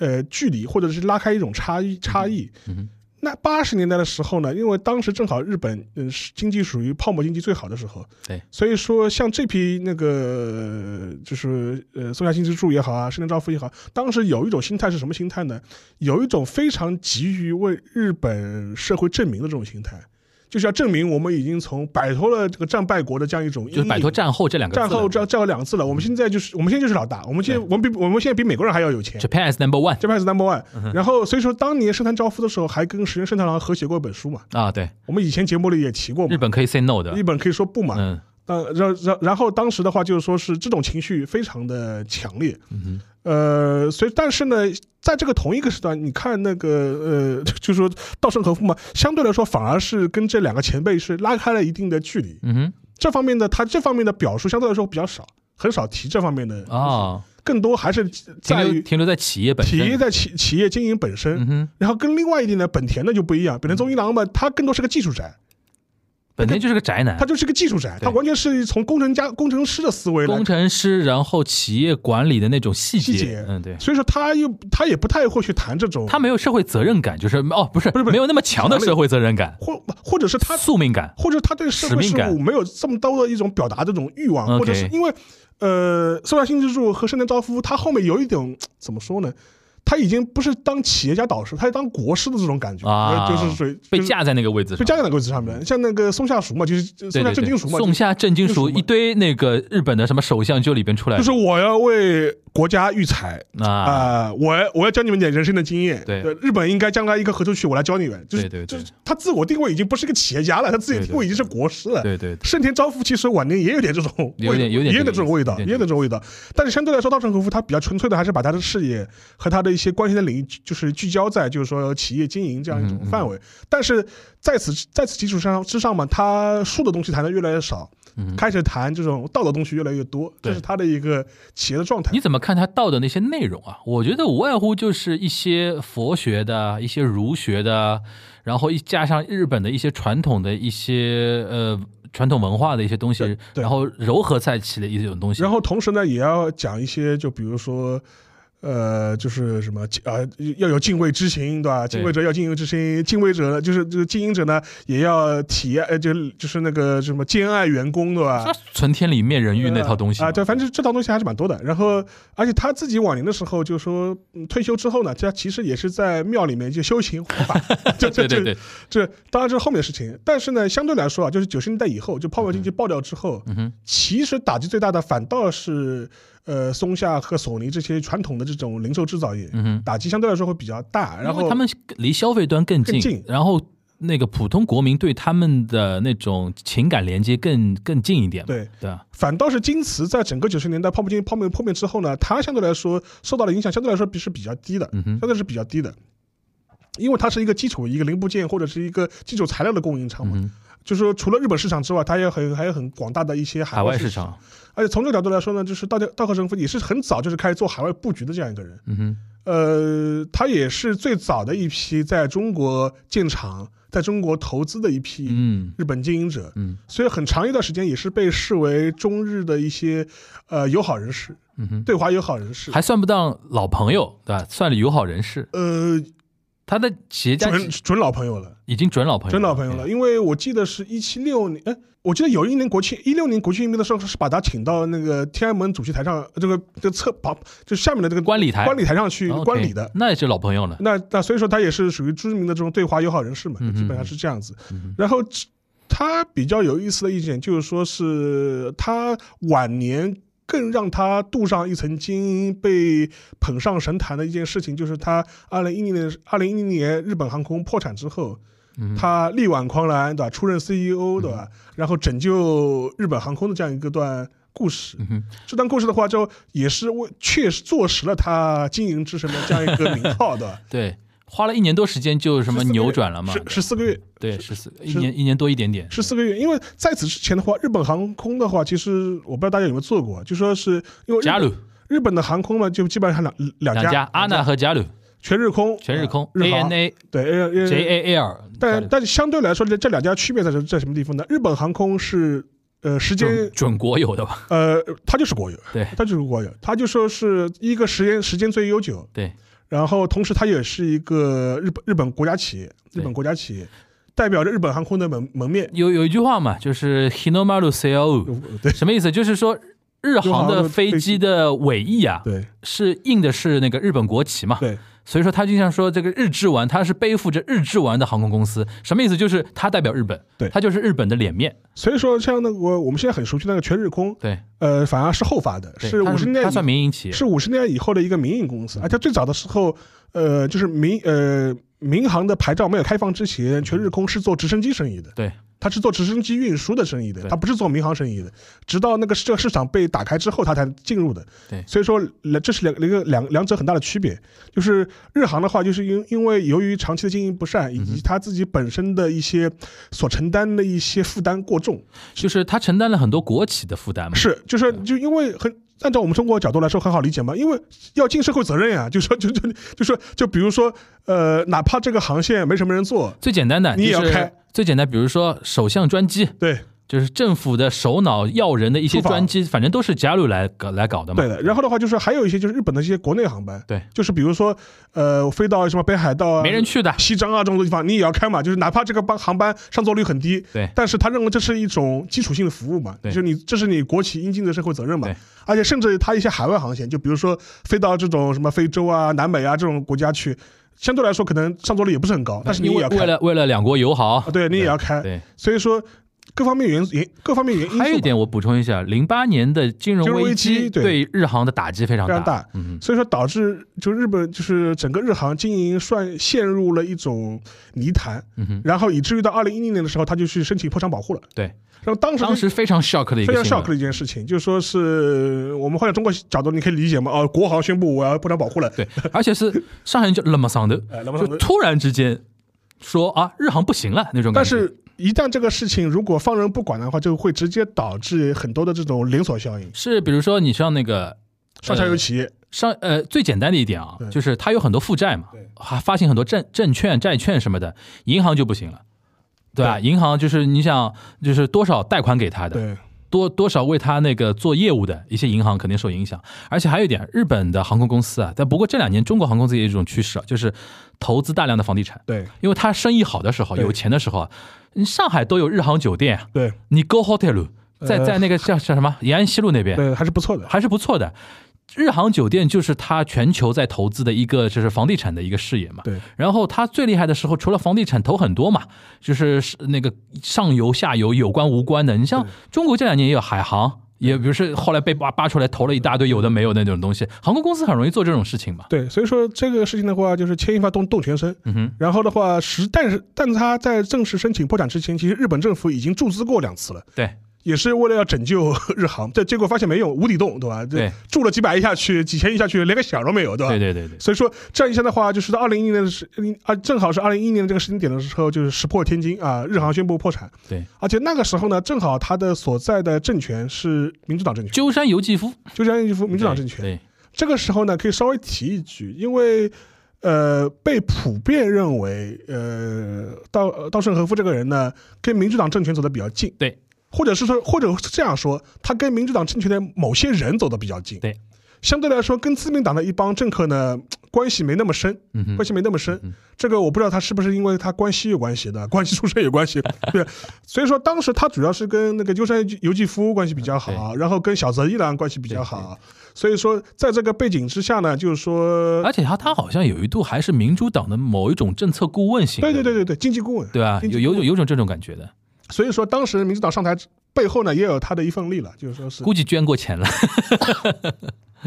Speaker 2: 呃距离，或者是拉开一种差异差异。
Speaker 1: 嗯哼
Speaker 2: 那八十年代的时候呢，因为当时正好日本嗯是经济属于泡沫经济最好的时候，
Speaker 1: 对，
Speaker 2: 所以说像这批那个呃就是呃松下幸之助也好啊，深田昭夫也好，当时有一种心态是什么心态呢？有一种非常急于为日本社会证明的这种心态，就是要证明我们已经从摆脱了这个战败国的这样一种
Speaker 1: 就是摆脱
Speaker 2: 阴影
Speaker 1: 战后这两个字嗯
Speaker 2: 战后
Speaker 1: 了
Speaker 2: 战战后两次了，我们现在就是我们现在就是老大，我们现在我们比我们现在比美国人还要有钱。
Speaker 1: Japan is number one
Speaker 2: 这派是 number one，、然
Speaker 1: 嗯
Speaker 2: 后所以说当年圣坛昭夫的时候，还跟石原慎太郎合写过一本书嘛。
Speaker 1: 啊，对，
Speaker 2: 我们以前节目里也提过
Speaker 1: 日
Speaker 2: 嘛，
Speaker 1: 本可以 say no
Speaker 2: 日
Speaker 1: 的，
Speaker 2: 本可以说不嘛。
Speaker 1: 嗯
Speaker 2: 但然然然后当时的话就是说是这种情绪非常的强烈，
Speaker 1: 嗯
Speaker 2: 呃，所以但是呢，在这个同一个时段，你看那个呃， [LAUGHS] 就说稻盛和夫嘛，相对来说反而是跟这两个前辈是拉开了一定的距离。
Speaker 1: 哼嗯
Speaker 2: 这方面的他这方面的表述相对来说比较少，很少提这方面的
Speaker 1: 哼，，哦，
Speaker 2: 更多还是
Speaker 1: 停
Speaker 2: 在
Speaker 1: 留
Speaker 2: 于
Speaker 1: 停留在企业本
Speaker 2: 企业
Speaker 1: 身，
Speaker 2: 在企企业经营本身。
Speaker 1: 嗯哼，嗯
Speaker 2: 然后跟另外一点呢，本田呢就不一样，本田宗一郎嘛，他更多是个技术宅，
Speaker 1: 本身就是个宅男
Speaker 2: 他，就是个技术宅，
Speaker 1: 哎对
Speaker 2: 他完全是从工程家、工程师的思维来
Speaker 1: 工。程师，然后企业管理的那种细
Speaker 2: 细
Speaker 1: 节
Speaker 2: 节，
Speaker 1: 嗯，对。
Speaker 2: 所以说，他又他也不太会去谈这种，
Speaker 1: 他没有社会责任感，就是哦，不是，
Speaker 2: 不是不是
Speaker 1: 没有那么强的社会责任感、
Speaker 2: 或或者是他
Speaker 1: 宿命感。
Speaker 2: 或者他对社
Speaker 1: 使
Speaker 2: 会事
Speaker 1: 命感
Speaker 2: 务没有这么多的一种表达的这种欲望，
Speaker 1: OK
Speaker 2: 或者是因为呃，松下幸之助和圣田昭夫，他后面有一种怎么说呢？他已经不是当企业家导师，他是当国师的这种感觉，呃
Speaker 1: 啊
Speaker 2: 就是属于
Speaker 1: 被
Speaker 2: 就是
Speaker 1: 架在那个位置上，
Speaker 2: 被架在那个位置上面，像那个松下熟嘛，就是
Speaker 1: 对
Speaker 2: 松下
Speaker 1: 嗯对
Speaker 2: 正
Speaker 1: 对，
Speaker 2: 金属嘛，
Speaker 1: 松下正金属
Speaker 2: 金属嘛
Speaker 1: 一堆那个日本的什么首相就里边出来
Speaker 2: 就
Speaker 1: 的，
Speaker 2: 是我要为国家育才，
Speaker 1: 啊，
Speaker 2: 啊、我要我要教你们点人生的经验。
Speaker 1: 对
Speaker 2: 日本应该将来一个合作区，我来教你们。就是
Speaker 1: 对对对
Speaker 2: 就是他自我定位已经不是个企业家了，他自己
Speaker 1: 对对
Speaker 2: 定位已经是国师了。
Speaker 1: 对对对
Speaker 2: 盛田昭夫其实晚年也有点这种味道，
Speaker 1: 有点有点
Speaker 2: 也
Speaker 1: 这个
Speaker 2: 有点这种味道，
Speaker 1: 意思有点
Speaker 2: 也有点这种味道。但是相对来说，稻盛和夫他比较纯粹的，还是把他的视野和他的一些关心的领域，就是聚焦在就是说企业经营这样一种
Speaker 1: 嗯嗯
Speaker 2: 范围。但是在此在此基础上之上嘛，他术的东西谈的越来越少，
Speaker 1: 嗯
Speaker 2: 开始谈这种道的东西越来越多，这
Speaker 1: 对
Speaker 2: 是他的一个企业的状态
Speaker 1: 你。怎么看他道的那些内容啊？我觉得无外乎就是一些佛学的、一些儒学的，然后一加上日本的一些传统的一些呃传统文化的一些东西
Speaker 2: 对，对
Speaker 1: 然后糅合在一起的一种东西。
Speaker 2: 然后同时呢，也要讲一些，就比如说，呃，就是什么呃，要有敬畏之心，对吧？敬畏者要敬畏之心，敬畏者呢，就是这个经营者呢，也要体验，呃，就就是那个什么兼爱员工，对吧
Speaker 1: 那？存天理灭人欲那套东西
Speaker 2: 啊、
Speaker 1: 嘛
Speaker 2: 对，反正这套东西还是蛮多的。然后，而且他自己晚年的时候就说，嗯退休之后呢，他其实也是在庙里面就修行护
Speaker 1: [LAUGHS]
Speaker 2: 法，就
Speaker 1: 对
Speaker 2: 就
Speaker 1: 对对，
Speaker 2: 就这当然这是后面的事情，但是呢，相对来说啊，就是九十年代以后，就泡沫经济爆掉之后，
Speaker 1: 嗯哼
Speaker 2: 其实打击最大的反倒是呃松下和索尼这些传统的这种零售制造业，
Speaker 1: 嗯哼，
Speaker 2: 打击相对来说会比较大。然
Speaker 1: 因为
Speaker 2: 后
Speaker 1: 他们离消费端更近，
Speaker 2: 更近
Speaker 1: 然后那个普通国民对他们的那种情感连接更更近一点嘛，
Speaker 2: 对，
Speaker 1: 对啊吧？
Speaker 2: 反倒是京瓷在整个九十年代泡沫经济泡沫破灭之后呢，它相对来说受到的影响相对来说比是比较低的，
Speaker 1: 嗯哼
Speaker 2: 相对是比较低的。因为它是一个基础一个零部件或者是一个基础材料的供应商嘛，
Speaker 1: 嗯哼，
Speaker 2: 就是说除了日本市场之外，它也有很还有很广大的一些海
Speaker 1: 海外市
Speaker 2: 市场。
Speaker 1: 场，
Speaker 2: 而且从这个角度来说呢，就是稻田稻荷神夫也是很早就是开始做海外布局的这样一个人。
Speaker 1: 嗯哼，
Speaker 2: 呃，他也是最早的一批在中国建厂、在中国投资的一批
Speaker 1: 嗯
Speaker 2: 日本经营者，
Speaker 1: 嗯
Speaker 2: 所以很长一段时间也是被视为中日的一些呃友好人士、
Speaker 1: 嗯哼，
Speaker 2: 对华友好人士。
Speaker 1: 还算不当老朋友，对吧？算是友好人士，
Speaker 2: 呃，
Speaker 1: 他的企业家
Speaker 2: 准准老朋友了，
Speaker 1: 已经准老朋友，
Speaker 2: 准老朋友了，。因为我记得是一七六年，哎，我记得有一年国庆，一六年国庆迎宾的时候是把他请到那个天安门主席台上，呃这个这个侧旁就下面的这个
Speaker 1: 观礼台哦
Speaker 2: 观礼台上去
Speaker 1: OK，
Speaker 2: 观礼的，
Speaker 1: 那也是老朋友了，
Speaker 2: 那那所以说他也是属于知名的这种对华友好人士嘛，
Speaker 1: 嗯
Speaker 2: 就
Speaker 1: 哼
Speaker 2: 基本上是这样子。
Speaker 1: 嗯哼
Speaker 2: 然后他比较有意思的一点就是说是他晚年。更让他镀上一层金，被捧上神坛的一件事情，就是他二零一零年二零一零年日本航空破产之后，
Speaker 1: 嗯哼嗯
Speaker 2: 他力挽狂澜，对吧？出任 CEO，对吧？然后拯救日本航空的这样一个段故事。
Speaker 1: 嗯哼
Speaker 2: 这段故事的话，就也是为确实坐实了他经营之神的这样一个名号，对吧？
Speaker 1: 对，花了一年多时间就什么
Speaker 2: 14个月
Speaker 1: 扭转了嘛，
Speaker 2: 十十四个月，
Speaker 1: 对，十四一
Speaker 2: 是
Speaker 1: 年一年多一点点，
Speaker 2: 十四个月。因为在此之前的话，日本航空的话，其实我不知道大家有没有做过，就说是因为日
Speaker 1: 加
Speaker 2: 本
Speaker 1: 鲁
Speaker 2: 日本的航空嘛，就基本上两
Speaker 1: 两
Speaker 2: 两家
Speaker 1: 家，阿纳和加鲁
Speaker 2: 全日空，
Speaker 1: 全日空
Speaker 2: 呃日
Speaker 1: A
Speaker 2: 航
Speaker 1: N A
Speaker 2: 对 A
Speaker 1: J
Speaker 2: A。
Speaker 1: A L，
Speaker 2: 但但是相对来说，这这两家区别在这在什么地方呢？日本航空是呃时间
Speaker 1: 准准国有的吧？
Speaker 2: 呃，它就是国有，
Speaker 1: 对
Speaker 2: 它就是国有，它就说是一个时间时间最悠久，
Speaker 1: 对，
Speaker 2: 然后同时它也是一个日本日本国家企业，日
Speaker 1: 对
Speaker 2: 本国家企业代表着日本航空的门门面。
Speaker 1: 有有一句话嘛，就是 Hinomaru CLU，
Speaker 2: 呃对
Speaker 1: 什么意思？就是说日航的飞机的尾翼啊，
Speaker 2: 对
Speaker 1: 是印的是那个日本国旗嘛，
Speaker 2: 对，
Speaker 1: 所以说他经常说这个日之丸，它是背负着日之丸的航空公司，什么意思？就是它代表日本，
Speaker 2: 对
Speaker 1: 它就是日本的脸面，
Speaker 2: 所以说像那个我们现在很熟悉那个全日空，
Speaker 1: 对，
Speaker 2: 呃，反而是后发的，
Speaker 1: 对
Speaker 2: 是
Speaker 1: 它
Speaker 2: 五十年代
Speaker 1: 它
Speaker 2: 以
Speaker 1: 算民营企业，
Speaker 2: 是五十年代以后的一个民营公司，而且最早的时候，呃，就是民呃民航的牌照没有开放之前，全日空是做直升机生意的，
Speaker 1: 对，
Speaker 2: 它是做直升机运输的生意的，
Speaker 1: 对
Speaker 2: 它不是做民航生意的。直到那个这个市场被打开之后，它才进入的。
Speaker 1: 对
Speaker 2: 所以说呃这是两一个两两者很大的区别，就是日航的话，就是因因为由于长期的经营不善，以
Speaker 1: 嗯
Speaker 2: 及它自己本身的一些所承担的一些负担过重，
Speaker 1: 就是它承担了很多国企的负担嘛，
Speaker 2: 是，就是就因为很。按照我们中国角度来说，很好理解嘛，因为要尽社会责任呀、就说就就就说就比如说，呃，哪怕这个航线没什么人坐，
Speaker 1: 最简单的
Speaker 2: 你也要
Speaker 1: 就是
Speaker 2: 开
Speaker 1: 最简单，比如说首相专机，
Speaker 2: 对
Speaker 1: 就是政府的首脑要人的一些
Speaker 2: 出访
Speaker 1: 专机，反正都是加入来搞来搞的嘛。
Speaker 2: 对的。然后的话就是还有一些就是日本的一些国内航班，
Speaker 1: 嗯对，
Speaker 2: 就是比如说，呃，飞到什么北海道啊，
Speaker 1: 没人去的。
Speaker 2: 西张啊这种地方，你也要开嘛，就是哪怕这个班航班上座率很低，
Speaker 1: 对
Speaker 2: 但是他认为这是一种基础性的服务嘛，
Speaker 1: 对
Speaker 2: 就是你这是你国企应尽的社会责任嘛
Speaker 1: 对，
Speaker 2: 而且甚至他一些海外航线，就比如说飞到这种什么非洲啊、南美啊这种国家去，相对来说可能上座率也不是很高，但是你
Speaker 1: 因
Speaker 2: 也
Speaker 1: 为
Speaker 2: 要
Speaker 1: 为
Speaker 2: 开，
Speaker 1: 了为了两国友好
Speaker 2: 啊，，对你也要开，
Speaker 1: 对。
Speaker 2: 所以说各方面原因各方面原因素吧
Speaker 1: 还有一点我补充一下，零八年的金融
Speaker 2: 金融危
Speaker 1: 机
Speaker 2: 机对
Speaker 1: 对日航的打击非常
Speaker 2: 非常
Speaker 1: 大。
Speaker 2: 大，
Speaker 1: 嗯，
Speaker 2: 所以说导致就日本就是整个日航经营算陷入了一种泥潭，
Speaker 1: 嗯哼
Speaker 2: 然后以至于到二零一零年的时候，他就去申请破产保护了。
Speaker 1: 对，
Speaker 2: 然后当时
Speaker 1: 当时非常 shock 的一
Speaker 2: 非
Speaker 1: 个
Speaker 2: 常
Speaker 1: 新
Speaker 2: shock
Speaker 1: 闻。
Speaker 2: 的一件事情，就是说是我们换到中国角度，你可以理解吗？哦，国航宣布我要破产保护了，
Speaker 1: 对，而且是上海人就冷么嗓的，
Speaker 2: 哎，那
Speaker 1: 就
Speaker 2: 么
Speaker 1: 突然之间说啊，日航不行了那种感
Speaker 2: 但
Speaker 1: 觉。
Speaker 2: 是。一旦这个事情如果放任不管的话，就会直接导致很多的这种连锁效应，
Speaker 1: 是比如说你像那个
Speaker 2: 上下游企业，
Speaker 1: 上呃最简单的一点啊
Speaker 2: 对，
Speaker 1: 就是它有很多负债嘛
Speaker 2: 对，
Speaker 1: 还发行很多证证券、债券什么的，银行就不行了。对吧？
Speaker 2: 对
Speaker 1: 银行就是你想，就是多少贷款给他的，
Speaker 2: 对
Speaker 1: 多多少为他那个做业务的一些银行肯定受影响。而且还有一点，日本的航空公司啊，但不过这两年中国航空公司也有一种趋势啊，就是投资大量的房地产，
Speaker 2: 对
Speaker 1: 因为他生意好的时候，
Speaker 2: 对
Speaker 1: 有钱的时候啊，你上海都有日航酒店啊，
Speaker 2: 对
Speaker 1: 你 Go Hotel 在
Speaker 2: 呃
Speaker 1: 在那个叫叫什么延安西路那边，
Speaker 2: 对，还是不错的。
Speaker 1: 还是不错的。日航酒店就是它全球在投资的一个，就是房地产的一个事业嘛。
Speaker 2: 对。
Speaker 1: 然后它最厉害的时候，除了房地产投很多嘛，就是是那个上游、下游有关无关的。你像中国这两年也有海航，也比如是后来被扒扒出来投了一大堆有的没有的那种东西，航空公司很容易做这种事情嘛。
Speaker 2: 对，所以说这个事情的话，就是牵一发动动全身。
Speaker 1: 嗯哼，
Speaker 2: 然后的话，实但是但他在正式申请破产之前，其实日本政府已经注资过两次了。
Speaker 1: 对
Speaker 2: 也是为了要拯救 [LAUGHS] 日航，这结果发现没用，无底洞，对吧？这
Speaker 1: 对
Speaker 2: 住了几百亿下去，几千亿下去，连个响都没有，对吧？
Speaker 1: 对对对对，
Speaker 2: 所以说这样一下的话，就是到二零一零年的时，啊，正好是二零一一年这个时间点的时候，就是石破天惊啊，日航宣布破产。
Speaker 1: 对，
Speaker 2: 而且那个时候呢，正好他的所在的政权是民主党政权，
Speaker 1: 鸠山由纪夫，
Speaker 2: 就这样一副民主党政权。
Speaker 1: 对
Speaker 2: 这个时候呢，可以稍微提一句，因为。呃，被普遍认为，呃，稻稻盛和夫这个人呢，跟民主党政权走得比较近，
Speaker 1: 对
Speaker 2: 或者是说，或者是这样说，他跟民主党政权的某些人走得比较近，
Speaker 1: 对，
Speaker 2: 相对来说，跟自民党的一帮政客呢，关系没那么深，
Speaker 1: 嗯哼
Speaker 2: 关，系没那么深。
Speaker 1: 嗯
Speaker 2: 这个我不知道他是不是因为他关系有关系的，关系出身有关
Speaker 1: [LAUGHS]
Speaker 2: 系，对。所以说当时他主要是跟那个鸠山由纪夫关系比较好，然后跟小泽一郎关系比较好。所以说在这个背景之下呢，就是说，
Speaker 1: 而且他他好像有一度还是民主党的某一种政策顾问型的，
Speaker 2: 对对对对对，经济顾问。
Speaker 1: 对吧？
Speaker 2: 经济
Speaker 1: 有有种有种这种感觉的，
Speaker 2: 所以说当时民主党上台背后呢，也有他的一份力了，就是说是
Speaker 1: 估计捐过钱了。 [LAUGHS]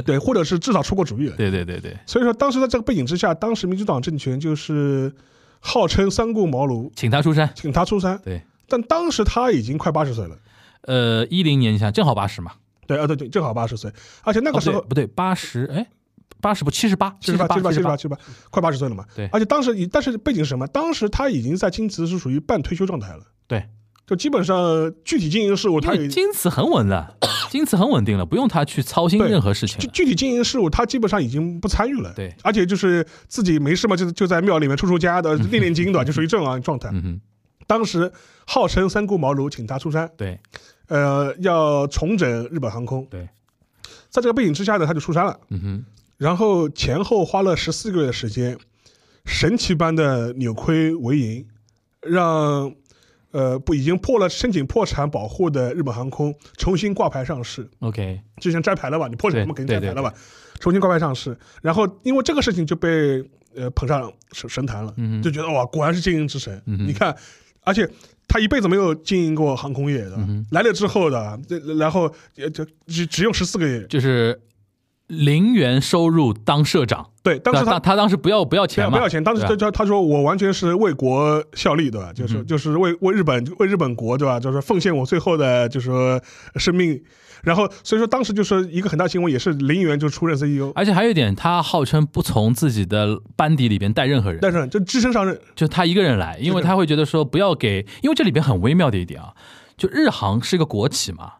Speaker 2: 对，或者是至少出过主意了。
Speaker 1: 对对对对，
Speaker 2: 所以说，当时在这个背景之下，当时民主党政权就是号称三顾茅庐，
Speaker 1: 请他出山。
Speaker 2: 请他出山。
Speaker 1: 对，
Speaker 2: 但当时他已经快八十岁了，
Speaker 1: 呃，一零年你想正好八十嘛，
Speaker 2: 对，啊对对，正好八十岁，而且
Speaker 1: 那
Speaker 2: 那个时候
Speaker 1: 不对，八十哎，八十不七十八，
Speaker 2: 哦七十八、七十
Speaker 1: 七
Speaker 2: 八、七十
Speaker 1: 八
Speaker 2: 八、，七十八，快八十岁了嘛。
Speaker 1: 对
Speaker 2: 而且当时已，但是背景是什么？当时他已经在京瓷是属于半退休状态了。
Speaker 1: 对，
Speaker 2: 就基本上具体经营事务
Speaker 1: 因
Speaker 2: 他
Speaker 1: 为
Speaker 2: 也。
Speaker 1: 京瓷很稳了，京瓷很稳定了，不用他去操心
Speaker 2: 对
Speaker 1: 任何事情
Speaker 2: 具
Speaker 1: 了。
Speaker 2: 具体经营事务，他基本上已经不参与了。
Speaker 1: 对
Speaker 2: 而且就是自己没事嘛，就就在庙里面出出家的，练练经的，就属于这种状态。
Speaker 1: 嗯哼，
Speaker 2: 当时号称三顾茅庐，请他出山，
Speaker 1: 对
Speaker 2: 呃，要重整日本航空。
Speaker 1: 对，
Speaker 2: 在这个背景之下呢，他就出山了。
Speaker 1: 嗯哼，
Speaker 2: 然后前后花了十四个月的时间，神奇般的扭亏为盈，让呃不已经破了申请破产保护的日本航空重新挂牌上市。
Speaker 1: OK，
Speaker 2: 就像摘牌了吧，你破产
Speaker 1: 对
Speaker 2: 他们肯定摘
Speaker 1: 对
Speaker 2: 牌了吧，重新挂牌上市。然后因为这个事情就被呃捧上神神坛了，
Speaker 1: 嗯哼
Speaker 2: 就觉得哇，果然是经营之神。
Speaker 1: 嗯哼
Speaker 2: 你看，而且他一辈子没有经营过航空业的，
Speaker 1: 嗯哼
Speaker 2: 来了之后的，这然后呃就只只用十四个月。
Speaker 1: 就是零元收入当社长，
Speaker 2: 对，当时
Speaker 1: 他
Speaker 2: 他
Speaker 1: 他当时不要不要
Speaker 2: 不
Speaker 1: 钱
Speaker 2: 要
Speaker 1: 嘛，
Speaker 2: 不要钱，当时
Speaker 1: 对
Speaker 2: 他
Speaker 1: 吧
Speaker 2: 他他说我完全是为国效力，对吧？就
Speaker 1: 嗯
Speaker 2: 是、
Speaker 1: 哼
Speaker 2: 就是为为日本为日本国，对吧？就是奉献我最后的就是说生命。然后所以说当时就是一个很大新闻，也是零元就出任 E CEO，
Speaker 1: 而且还有一点，他号称不从自己的班底里边带任何人，
Speaker 2: 但是就只身上任，
Speaker 1: 就他一个人来，因为他会觉得说不要给，因为这里边很微妙的一点啊，就日航是一个国企嘛，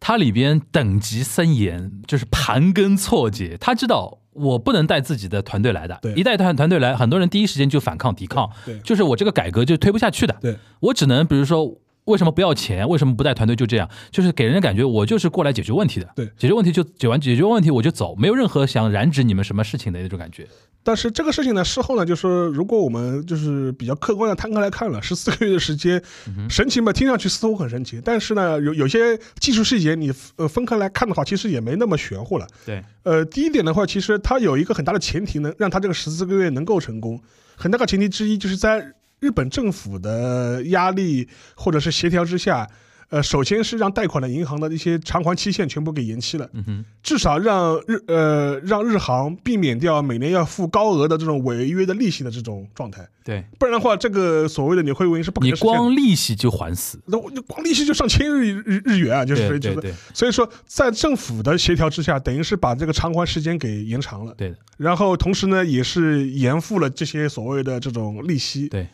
Speaker 1: 它里边等级森严，就是盘根错节，他知道。我不能带自己的团队来的
Speaker 2: 对，
Speaker 1: 一带团团队来，很多人第一时间就反抗抵抗
Speaker 2: 对对，
Speaker 1: 就是我这个改革就推不下去的。
Speaker 2: 对，
Speaker 1: 我只能比如说，为什么不要钱？为什么不带团队？就这样，就是给人的感觉，我就是过来解决问题的。
Speaker 2: 对
Speaker 1: 解决问题就解完，解决问题我就走，没有任何想染指你们什么事情的那种感觉。
Speaker 2: 但是这个事情呢，事后呢，就是如果我们就是比较客观的摊开来看了，十四个月的时间，神奇嘛，听上去似乎很神奇，但是呢，有有些技术细节你呃分开来看的话，其实也没那么玄乎了。
Speaker 1: 对，
Speaker 2: 呃，第一点的话，其实它有一个很大的前提能让它这个十四个月能够成功，很大的前提之一就是在日本政府的压力或者是协调之下。呃，首先是让贷款的银行的一些偿还期限全部给延期了，
Speaker 1: 嗯哼，
Speaker 2: 至少让日呃让日航避免掉每年要付高额的这种违约的利息的这种状态，
Speaker 1: 对
Speaker 2: 不然的话，这个所谓的扭亏为盈是不可
Speaker 1: 你
Speaker 2: 能实现的。
Speaker 1: 光利息就还死。
Speaker 2: 那我光利息就上千日日日元啊，就是
Speaker 1: 对
Speaker 2: 就
Speaker 1: 对对
Speaker 2: 是，所以说在政府的协调之下，等于是把这个偿还时间给延长了，
Speaker 1: 对的，
Speaker 2: 然后同时呢也是延付了这些所谓的这种利息。
Speaker 1: 对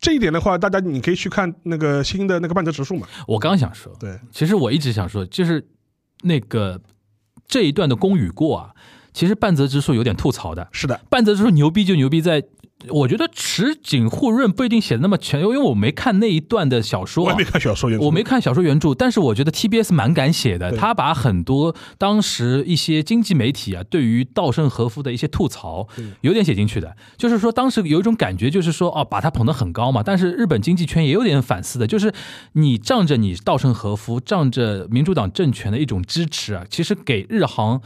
Speaker 2: 这一点的话，大家你可以去看那个新的那个半泽指数嘛，
Speaker 1: 我刚想说，
Speaker 2: 对，
Speaker 1: 其实我一直想说，就是那个这一段的功与过啊，其实半泽直树有点吐槽的。
Speaker 2: 是的，
Speaker 1: 半泽直树牛逼就牛逼在，我觉得池井户润不一定写的那么全，因为我没看那一段的小说、
Speaker 2: 我
Speaker 1: 啊
Speaker 2: 也没。看小说，原著
Speaker 1: 我没看小说原著，但是我觉得 TBS 蛮敢写的，
Speaker 2: 对
Speaker 1: 他把很多当时一些经济媒体啊对于稻盛和夫的一些吐槽
Speaker 2: 对，
Speaker 1: 有点写进去的。就是说当时有一种感觉，就是说哦，把他捧得很高嘛，但是日本经济圈也有点反思的，就是你仗着你稻盛和夫，仗着民主党政权的一种支持啊，其实给日航。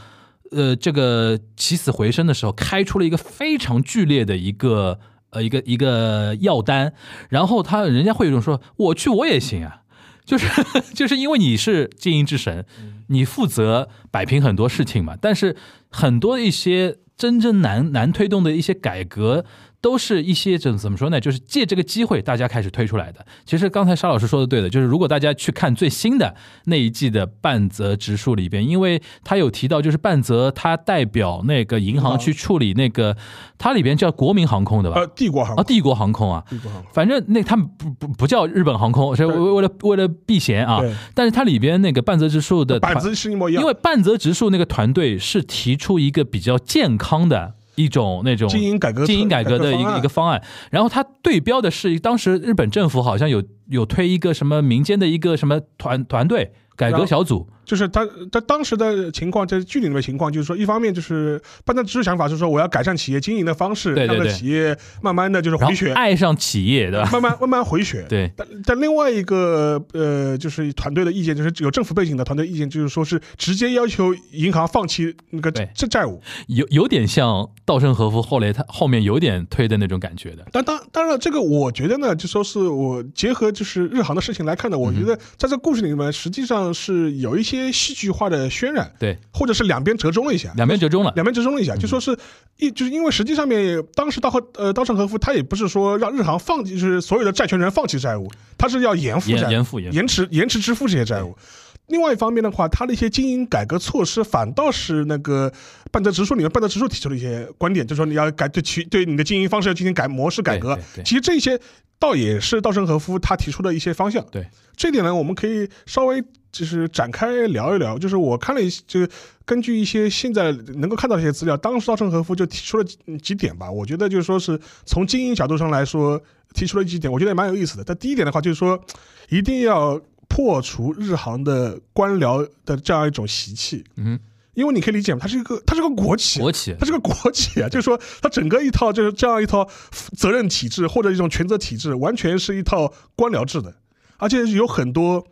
Speaker 1: 呃，这个起死回生的时候，开出了一个非常剧烈的一个呃一个一个药单，然后他人家会有一种说，我去我也行啊，就是就是 [LAUGHS] 因为你是经营之神，你负责摆平很多事情嘛，但是很多一些真正难难推动的一些改革。都是一些怎怎么说呢？就是借这个机会，大家开始推出来的。其实刚才沙老师说的对的，就是如果大家去看最新的那一季的半泽直树里边，因为他有提到，就是半泽他代表那个银行去处理那个，它里边叫国民航空的吧？
Speaker 2: 呃，帝国航
Speaker 1: 啊，
Speaker 2: 空，
Speaker 1: 帝国航空啊，
Speaker 2: 帝国航空。
Speaker 1: 反正那他们不不不叫日本航空，是为
Speaker 2: 对
Speaker 1: 为了为了避嫌啊
Speaker 2: 对。
Speaker 1: 但是它里边那个半泽直树的
Speaker 2: 板
Speaker 1: 团，
Speaker 2: 子是一模一样，
Speaker 1: 因为半泽直树那个团队是提出一个比较健康的一种那种
Speaker 2: 经营改革
Speaker 1: 经营改革的一
Speaker 2: 方
Speaker 1: 个
Speaker 2: 案
Speaker 1: 一个方案，然后它对标的是当时日本政府好像有有推一个什么民间的一个什么团团队改
Speaker 2: 然后
Speaker 1: 革小组，
Speaker 2: 就是他他当时的情况，在剧里面的情况，就是说，一方面就是半泽直树想法是说，我要改善企业经营的方式，
Speaker 1: 对对
Speaker 2: 让这
Speaker 1: 对
Speaker 2: 企业慢慢的就是
Speaker 1: 然后
Speaker 2: 回血，
Speaker 1: 爱上企业，对吧？
Speaker 2: 慢慢慢慢回血。
Speaker 1: 对，
Speaker 2: 但但另外一个呃，就是团队的意见，就是有政府背景的团队意见，就是说是直接要求银行放弃那个
Speaker 1: 对
Speaker 2: 这债务。
Speaker 1: 有有点像稻盛和夫后来他后面有点推的那种感觉的，
Speaker 2: 但当当然了，这个我觉得呢，就说是我结合就是日航的事情来看
Speaker 1: 嗯
Speaker 2: 呢，我觉得在这故事里面实际上是有一些戏剧化的渲染，
Speaker 1: 对，嗯
Speaker 2: 或者是两边折中了一下。
Speaker 1: 两边折中了。
Speaker 2: 两边折中了一下，就说是一就是因为实际上面当时稻和呃稻盛和夫他也不是说让日航放弃，就是所有的债权人放弃债务，他是要延付
Speaker 1: 严
Speaker 2: 债务、
Speaker 1: 严复严复
Speaker 2: 延迟延迟支付这些债务。另外一方面的话，他的一些经营改革措施反倒是那个半泽直树里面半泽直树提出了一些观点，就是说你要改对其对你的经营方式要进行改模式改革
Speaker 1: 对对对。
Speaker 2: 其实这些倒也是稻盛和夫他提出的一些方向。
Speaker 1: 对，
Speaker 2: 这点呢，我们可以稍微就是展开聊一聊。就是我看了一些，就是根据一些现在能够看到的一些资料，当时稻盛和夫就提出了几几点吧。我觉得就是说是从经营角度上来说，提出了几点，我觉得也蛮有意思的。但第一点的话，就是说一定要破除日航的官僚的这样一种习气。
Speaker 1: 嗯哼，
Speaker 2: 因为你可以理解嘛，它是一个它是个国企，啊
Speaker 1: 国企
Speaker 2: 它是个国企啊，就是说它整个一套就是这样一套责任体制或者一种权责体制，完全是一套官僚制的，而且有很多。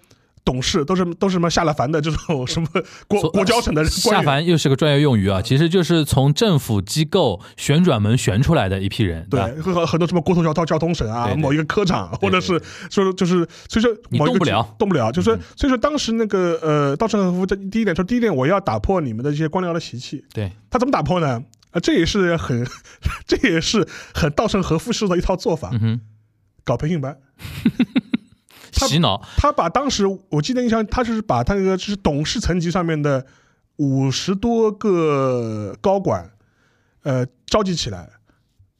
Speaker 2: 董事都是都是什么下了凡的这种什么国
Speaker 1: 从
Speaker 2: 国交省的
Speaker 1: 呃下
Speaker 2: 官员，
Speaker 1: 凡又是个专业用语
Speaker 2: 嗯
Speaker 1: 啊，其实就是从政府机构旋转门旋出来的一批人，
Speaker 2: 对
Speaker 1: 吧，
Speaker 2: 很很多什么国土交通交通省啊
Speaker 1: 对，对
Speaker 2: 某一个科长，或者
Speaker 1: 对
Speaker 2: 是说就是，所以说
Speaker 1: 你
Speaker 2: 某一
Speaker 1: 动
Speaker 2: 个
Speaker 1: 不
Speaker 2: 区
Speaker 1: 了，嗯
Speaker 2: 动不了，就是所以说当时那个呃，稻盛和夫这第一点说，第一点我要打破你们的这些官僚的习气，
Speaker 1: 对，
Speaker 2: 他怎么打破呢？啊，这也是很， [LAUGHS] 这也是很稻盛和夫式的一套做法，
Speaker 1: 嗯哼，
Speaker 2: 搞培训班。他
Speaker 1: 洗脑，
Speaker 2: 他把当时我记得印象，他就是把他那个就是董事层级上面的五十多个高管，呃，召集起来，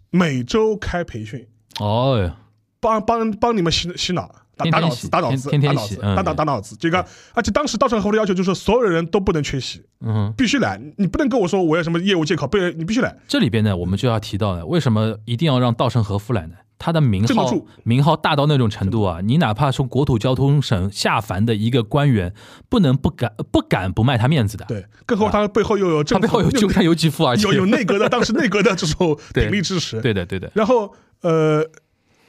Speaker 2: 每周开培训，
Speaker 1: 哦哟，
Speaker 2: 帮帮帮你们洗洗脑。打
Speaker 1: 天
Speaker 2: 打
Speaker 1: 天
Speaker 2: 脑
Speaker 1: 洗
Speaker 2: 子，打脑子，
Speaker 1: 天天
Speaker 2: 打
Speaker 1: 天
Speaker 2: 脑
Speaker 1: 洗
Speaker 2: 子，
Speaker 1: 嗯
Speaker 2: 打打打脑子。这个，而且当时稻盛和夫的要求就是，所有人都不能缺席，
Speaker 1: 嗯哼。
Speaker 2: 必须来，你不能跟我说我有什么业务借口，不然你必须来。
Speaker 1: 这里边呢，我们就要提到了，为什么一定要让稻盛和夫来呢？他的名
Speaker 2: 镇得
Speaker 1: 号
Speaker 2: 住
Speaker 1: 名号大到那种程度啊，你哪怕从国土交通省下凡的一个官员，不能不敢不敢不卖他面子的。，
Speaker 2: 对，更何况他背后又有
Speaker 1: 啊他
Speaker 2: 政府，
Speaker 1: 背后有
Speaker 2: 又
Speaker 1: 纠缠游击夫啊，
Speaker 2: 有有内阁的，当时内阁的这种
Speaker 1: [LAUGHS] 对
Speaker 2: 鼎力支持。
Speaker 1: 对的对的，
Speaker 2: 然后呃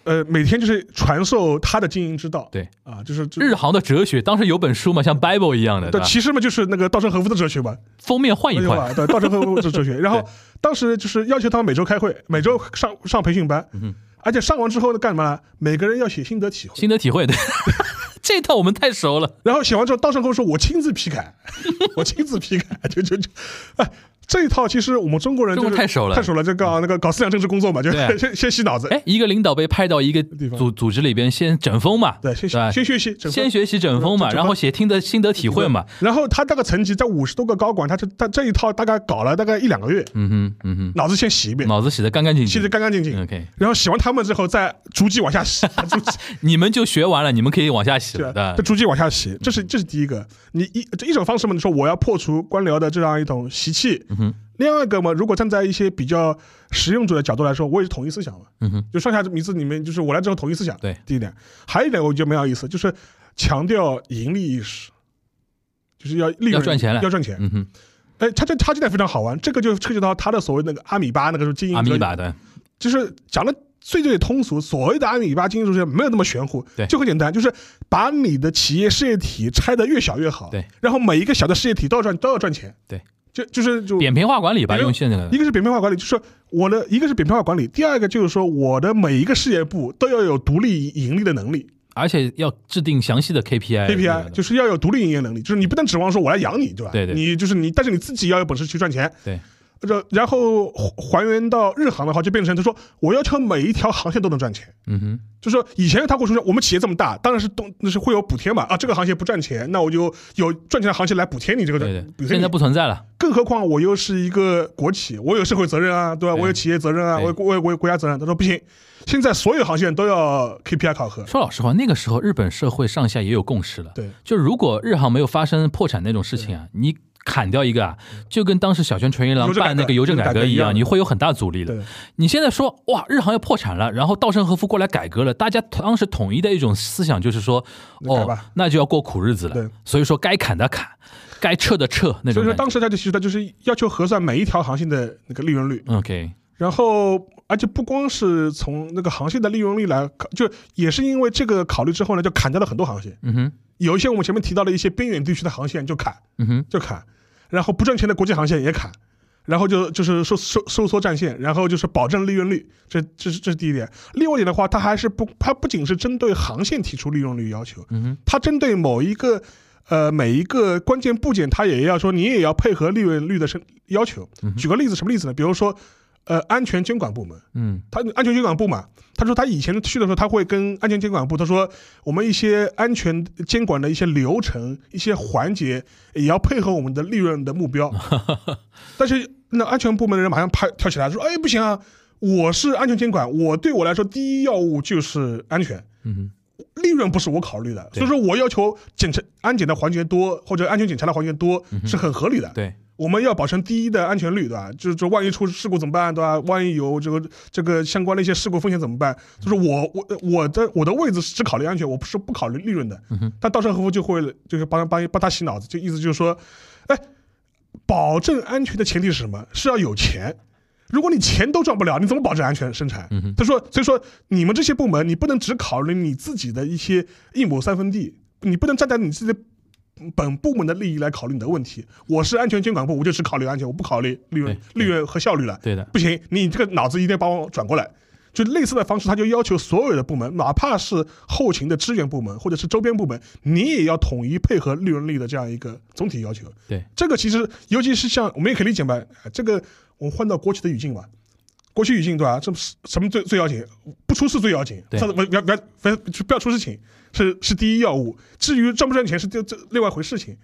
Speaker 2: 呃，每天就是传授他的经营之道。
Speaker 1: 对
Speaker 2: 啊，就是就
Speaker 1: 日航的哲学，当时有本书嘛，像 Bible 一样的，
Speaker 2: 对，
Speaker 1: 吧？
Speaker 2: 其实嘛就是那个稻盛和夫的哲学嘛，
Speaker 1: 封面换一
Speaker 2: 对
Speaker 1: 换，
Speaker 2: 吧？哎啊对，稻盛和夫的
Speaker 1: [LAUGHS]
Speaker 2: 哲学。然后当时就是要求他们每周开会，每周上上培训班，
Speaker 1: 嗯
Speaker 2: 而且上完之后呢，干嘛呢？每个人要写心得体会。
Speaker 1: 心得体
Speaker 2: [LAUGHS]
Speaker 1: 会的。这套我们太熟了，
Speaker 2: 然后写完之后，稻盛和夫说：“我亲自批改， [LAUGHS] 我亲自批改。” [LAUGHS] 就就就，哎。这一套其实我们中国人
Speaker 1: 中
Speaker 2: 就
Speaker 1: 国
Speaker 2: 是
Speaker 1: 太熟了嗯
Speaker 2: 太熟了。这个啊那个搞思想政治工作嘛，就是
Speaker 1: 对啊
Speaker 2: [LAUGHS] 先先洗脑子，
Speaker 1: 哎，一个领导被派到一个
Speaker 2: 地方
Speaker 1: 组组织里边，先整风嘛，
Speaker 2: 对，
Speaker 1: 对
Speaker 2: 先
Speaker 1: 吧？
Speaker 2: 先学习，整个
Speaker 1: 先学习整风嘛，
Speaker 2: 整风
Speaker 1: 然后写听的心得体会嘛，
Speaker 2: 然后他这个层级在五十多个高管，他这他这一套大概搞了大概一两个月，
Speaker 1: 嗯哼嗯哼，
Speaker 2: 脑子先洗一遍，
Speaker 1: 脑子洗得干干净
Speaker 2: 洗
Speaker 1: 净嗯
Speaker 2: 得。干干净净。
Speaker 1: OK，
Speaker 2: 然后洗完他们之后，再逐级往下洗，逐级
Speaker 1: 你们就学完了，你们可以往下洗
Speaker 2: 对
Speaker 1: 了
Speaker 2: 吧，
Speaker 1: 的
Speaker 2: 啊就。逐级往下洗，这
Speaker 1: 嗯
Speaker 2: 是这是第一个。你一这一种方式嘛，你说我要破除官僚的这样一种习气。
Speaker 1: 嗯哼
Speaker 2: 另外一个嘛，如果站在一些比较实用主义的角度来说，我也是统一思想嘛，
Speaker 1: 嗯哼，
Speaker 2: 就上下名字里面，就是我来之后统一思想。
Speaker 1: 对，
Speaker 2: 第一点，还有一点我觉得蛮有意思，就是强调盈利意识，就是要利润
Speaker 1: 要赚钱了
Speaker 2: 要赚钱。
Speaker 1: 嗯哼，
Speaker 2: 哎，他这他这点非常好玩，这个就涉及到他的所谓那个阿米巴那个是经营
Speaker 1: 阿米
Speaker 2: 哲学，
Speaker 1: 巴的，
Speaker 2: 就是讲的最最通俗，所谓的阿米巴经营哲学没有那么玄乎，
Speaker 1: 对
Speaker 2: 就很简单，就是把你的企业事业体拆的越小越好，
Speaker 1: 对，
Speaker 2: 然后每一个小的事业体都要赚都要赚钱，
Speaker 1: 对，
Speaker 2: 就就是就
Speaker 1: 扁平化管理吧，
Speaker 2: 比如
Speaker 1: 用现在的
Speaker 2: 一个是扁平化管理，就是我的一个是扁平化管理，第二个就是说我的每一个事业部都要有独立盈利的能力
Speaker 1: 而且要制定详细的 KPI 之类的。
Speaker 2: ，KPI 就是要有独立营业能力，就是你不能指望说我来养你，对吧？
Speaker 1: 对对
Speaker 2: 你就是你，但是你自己要有本事去赚钱，
Speaker 1: 对，
Speaker 2: 然然后还还原到日航的话，就变成他说我要求每一条航线都能赚钱。
Speaker 1: 嗯哼，
Speaker 2: 就是说以前他会说我们企业这么大，当然是动那是会有补贴嘛啊，这个航线不赚钱，那我就有赚钱的航线来补贴你这个
Speaker 1: 对
Speaker 2: 补
Speaker 1: 的，
Speaker 2: 贴
Speaker 1: 现
Speaker 2: 你
Speaker 1: 在。不存在了。
Speaker 2: 更何况我又是一个国企，我有社会责任啊，对吧？
Speaker 1: 对
Speaker 2: 我有企业责任啊，
Speaker 1: 对
Speaker 2: 我有我有我有国家责任。他说不行，现在所有航线都要 KPI 考核。
Speaker 1: 说老实话，那个时候日本社会上下也有共识了。
Speaker 2: 对，
Speaker 1: 就如果日航没有发生破产那种事情啊，你砍掉一个啊，
Speaker 2: 嗯
Speaker 1: 就跟当时小泉纯一郎
Speaker 2: 邮政改
Speaker 1: 办那个
Speaker 2: 革
Speaker 1: 邮政
Speaker 2: 邮政
Speaker 1: 改
Speaker 2: 改
Speaker 1: 革
Speaker 2: 革
Speaker 1: 一
Speaker 2: 一
Speaker 1: 样，
Speaker 2: 样的
Speaker 1: 你会有很大阻力的
Speaker 2: 对。
Speaker 1: 你现在说哇，日航要破产了，然后稻盛和夫过来改革了，大家当时统一的一种思想就是说，
Speaker 2: 那改
Speaker 1: 哦
Speaker 2: 吧，
Speaker 1: 那就要过苦日子了
Speaker 2: 对。
Speaker 1: 所以说该砍的砍，该撤的撤那种
Speaker 2: 所以说
Speaker 1: 感觉。
Speaker 2: 当时他就提出来，就是要求核算每一条航线的那个利润率。
Speaker 1: OK，
Speaker 2: 然后，而且不光是从那个航线的利用率来，考，就也是因为这个考虑之后呢，就砍掉了很多航线，
Speaker 1: 嗯哼，
Speaker 2: 有一些我们前面提到的一些边远地区的航线就砍，
Speaker 1: 嗯哼，
Speaker 2: 就砍，然后不赚钱的国际航线也砍，然后就就是收收收缩战线，然后就是保证利润率，这这是这是第一点。另外一点的话，它还是不，它不仅是针对航线提出利润率要求，
Speaker 1: 嗯哼，
Speaker 2: 它针对某一个。呃，每一个关键部件，它也要说你也要配合利润率的申要求。
Speaker 1: 嗯
Speaker 2: 举个例子，什么例子呢？比如说，呃，安全监管部门，
Speaker 1: 嗯
Speaker 2: 他安全监管部嘛，他说他以前去的时候，他会跟安全监管部，他说我们一些安全监管的一些流程、一些环节，也要配合我们的利润的
Speaker 1: [LAUGHS]
Speaker 2: 目标。但是那安全部门的人马上拍跳起来说：“哎，不行啊，我是安全监管，我对我来说第一要务就是安全。”
Speaker 1: 嗯哼，
Speaker 2: 利润不是我考虑的，
Speaker 1: 对
Speaker 2: 所以说我要求检查安检的环节多，或者安全检查的环节多
Speaker 1: 嗯
Speaker 2: 是很合理的。
Speaker 1: 对，
Speaker 2: 我们要保证第一的安全率，对吧？就是这万一出事故怎么办，对吧？万一有这个这个相关的一些事故风险怎么办？就是我我我的我的位置是只考虑安全，我不是不考虑利润的。
Speaker 1: 嗯哼
Speaker 2: 但稻盛和夫就会就是帮帮帮他洗脑子，就意思就是说，哎，保证安全的前提是什么？是要有钱。如果你钱都赚不了，你怎么保证安全生产？
Speaker 1: 嗯哼
Speaker 2: 他说，所以说你们这些部门，你不能只考虑你自己的一些一亩三分地，你不能站在你自己的本部门的利益来考虑你的问题。我是安全监管部，我就只考虑安全，我不考虑利润、
Speaker 1: 对
Speaker 2: 利润和效率了。
Speaker 1: 对的，
Speaker 2: 不行，你这个脑子一定要帮我转过来。就类似的方式，他就要求所有的部门，哪怕是后勤的支援部门或者是周边部门，你也要统一配合利润率的这样一个总体要求。
Speaker 1: 对，
Speaker 2: 这个其实尤其是像我们也可以理解吧，哎这个我们换到国企的语境吧，国企语境对吧？这不是什么最最要紧？不出事最要紧，
Speaker 1: 对
Speaker 2: 上次不要不要不要不要出事情是是第一要务，至于赚不赚钱是这这另外一回事情。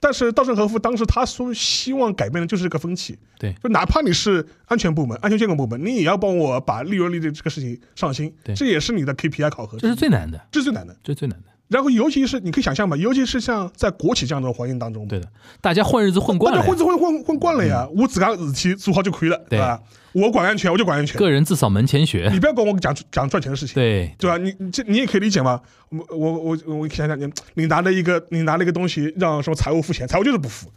Speaker 2: 但是稻盛和夫当时他所希望改变的就是这个风气，
Speaker 1: 对，
Speaker 2: 就哪怕你是安全部门、安全监管部门，你也要帮我把利润率的这个事情上新，
Speaker 1: 对
Speaker 2: 这也是你的 KPI 考核，
Speaker 1: 这是最难的，
Speaker 2: 这是最难的。
Speaker 1: 这是最难的。
Speaker 2: 然后尤其是你可以想象吧，尤其是像在国企这样的环境当中，
Speaker 1: 对的，大家混日子混惯
Speaker 2: 大
Speaker 1: 了
Speaker 2: 家混
Speaker 1: 呀，嗯
Speaker 2: 子混混混惯了呀，我自家事体做好就可以了，
Speaker 1: 对
Speaker 2: 吧？我管安全，我就管安全，
Speaker 1: 个人自扫门前雪。
Speaker 2: 你不要跟我讲讲赚钱的事情。
Speaker 1: 对，
Speaker 2: 对吧？你你这你也可以理解嘛。我我我我想想，你你拿了一个你拿了一个东西，让什么财务付钱，财务就是不付。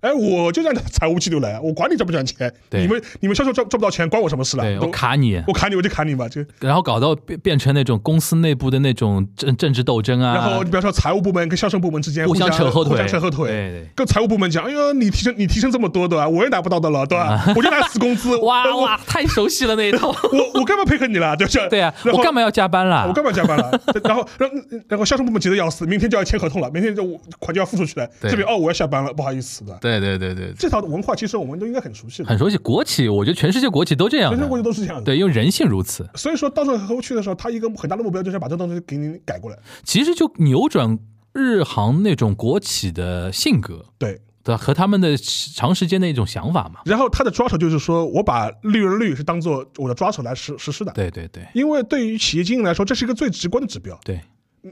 Speaker 2: 哎，我就让财务记录来，我管你赚不赚钱，
Speaker 1: 对
Speaker 2: 你们你们销售赚赚不到钱，关我什么事了？
Speaker 1: 对
Speaker 2: 都
Speaker 1: 我卡你，
Speaker 2: 我砍你，我就砍你嘛，就。
Speaker 1: 然后搞到变变成那种公司内部的那种政政治斗争啊，
Speaker 2: 然后你比方说财务部门跟销售部门之间
Speaker 1: 互
Speaker 2: 相
Speaker 1: 相扯后腿
Speaker 2: 互相扯后
Speaker 1: 对
Speaker 2: 腿
Speaker 1: 对。
Speaker 2: 跟财务部门讲，哎呦，你提升你提升这么多，对吧？我也拿不到的了，对吧？我就拿死工资，
Speaker 1: 啊 [LAUGHS] 哇
Speaker 2: 我
Speaker 1: 哇，，太熟悉了那一套。 [LAUGHS]
Speaker 2: 我我干嘛配合你了？对不对？
Speaker 1: 对呀、
Speaker 2: 然后
Speaker 1: 我干嘛啊要加班啦？
Speaker 2: 我干嘛加班了？然后，然后，嗯然后销售部门急得要死，明天就要签合同了，明天就我款就要付出去了。
Speaker 1: 对
Speaker 2: 这边哦，我要下班了，不好意思的。
Speaker 1: 对对对对，对
Speaker 2: 这套文化其实我们都应该很熟悉的，
Speaker 1: 很熟悉。国企，我觉得全世界国企都这样
Speaker 2: 全世界国
Speaker 1: 的。
Speaker 2: 家都是这样的。
Speaker 1: 对，因为人性如此，
Speaker 2: 所以说，稻盛和夫去的时候，他一个很大的目标就是把这东西给你改过来。
Speaker 1: 其实就扭转日航那种国企的性格，
Speaker 2: 对，
Speaker 1: 对吧和他们的长时间的一种想法嘛。
Speaker 2: 然后他的抓手就是说我把利润率是当做我的抓手来实实施的。
Speaker 1: 对对对
Speaker 2: 因为对于企业经营来说，这是一个最直观的指标。嗯
Speaker 1: 对，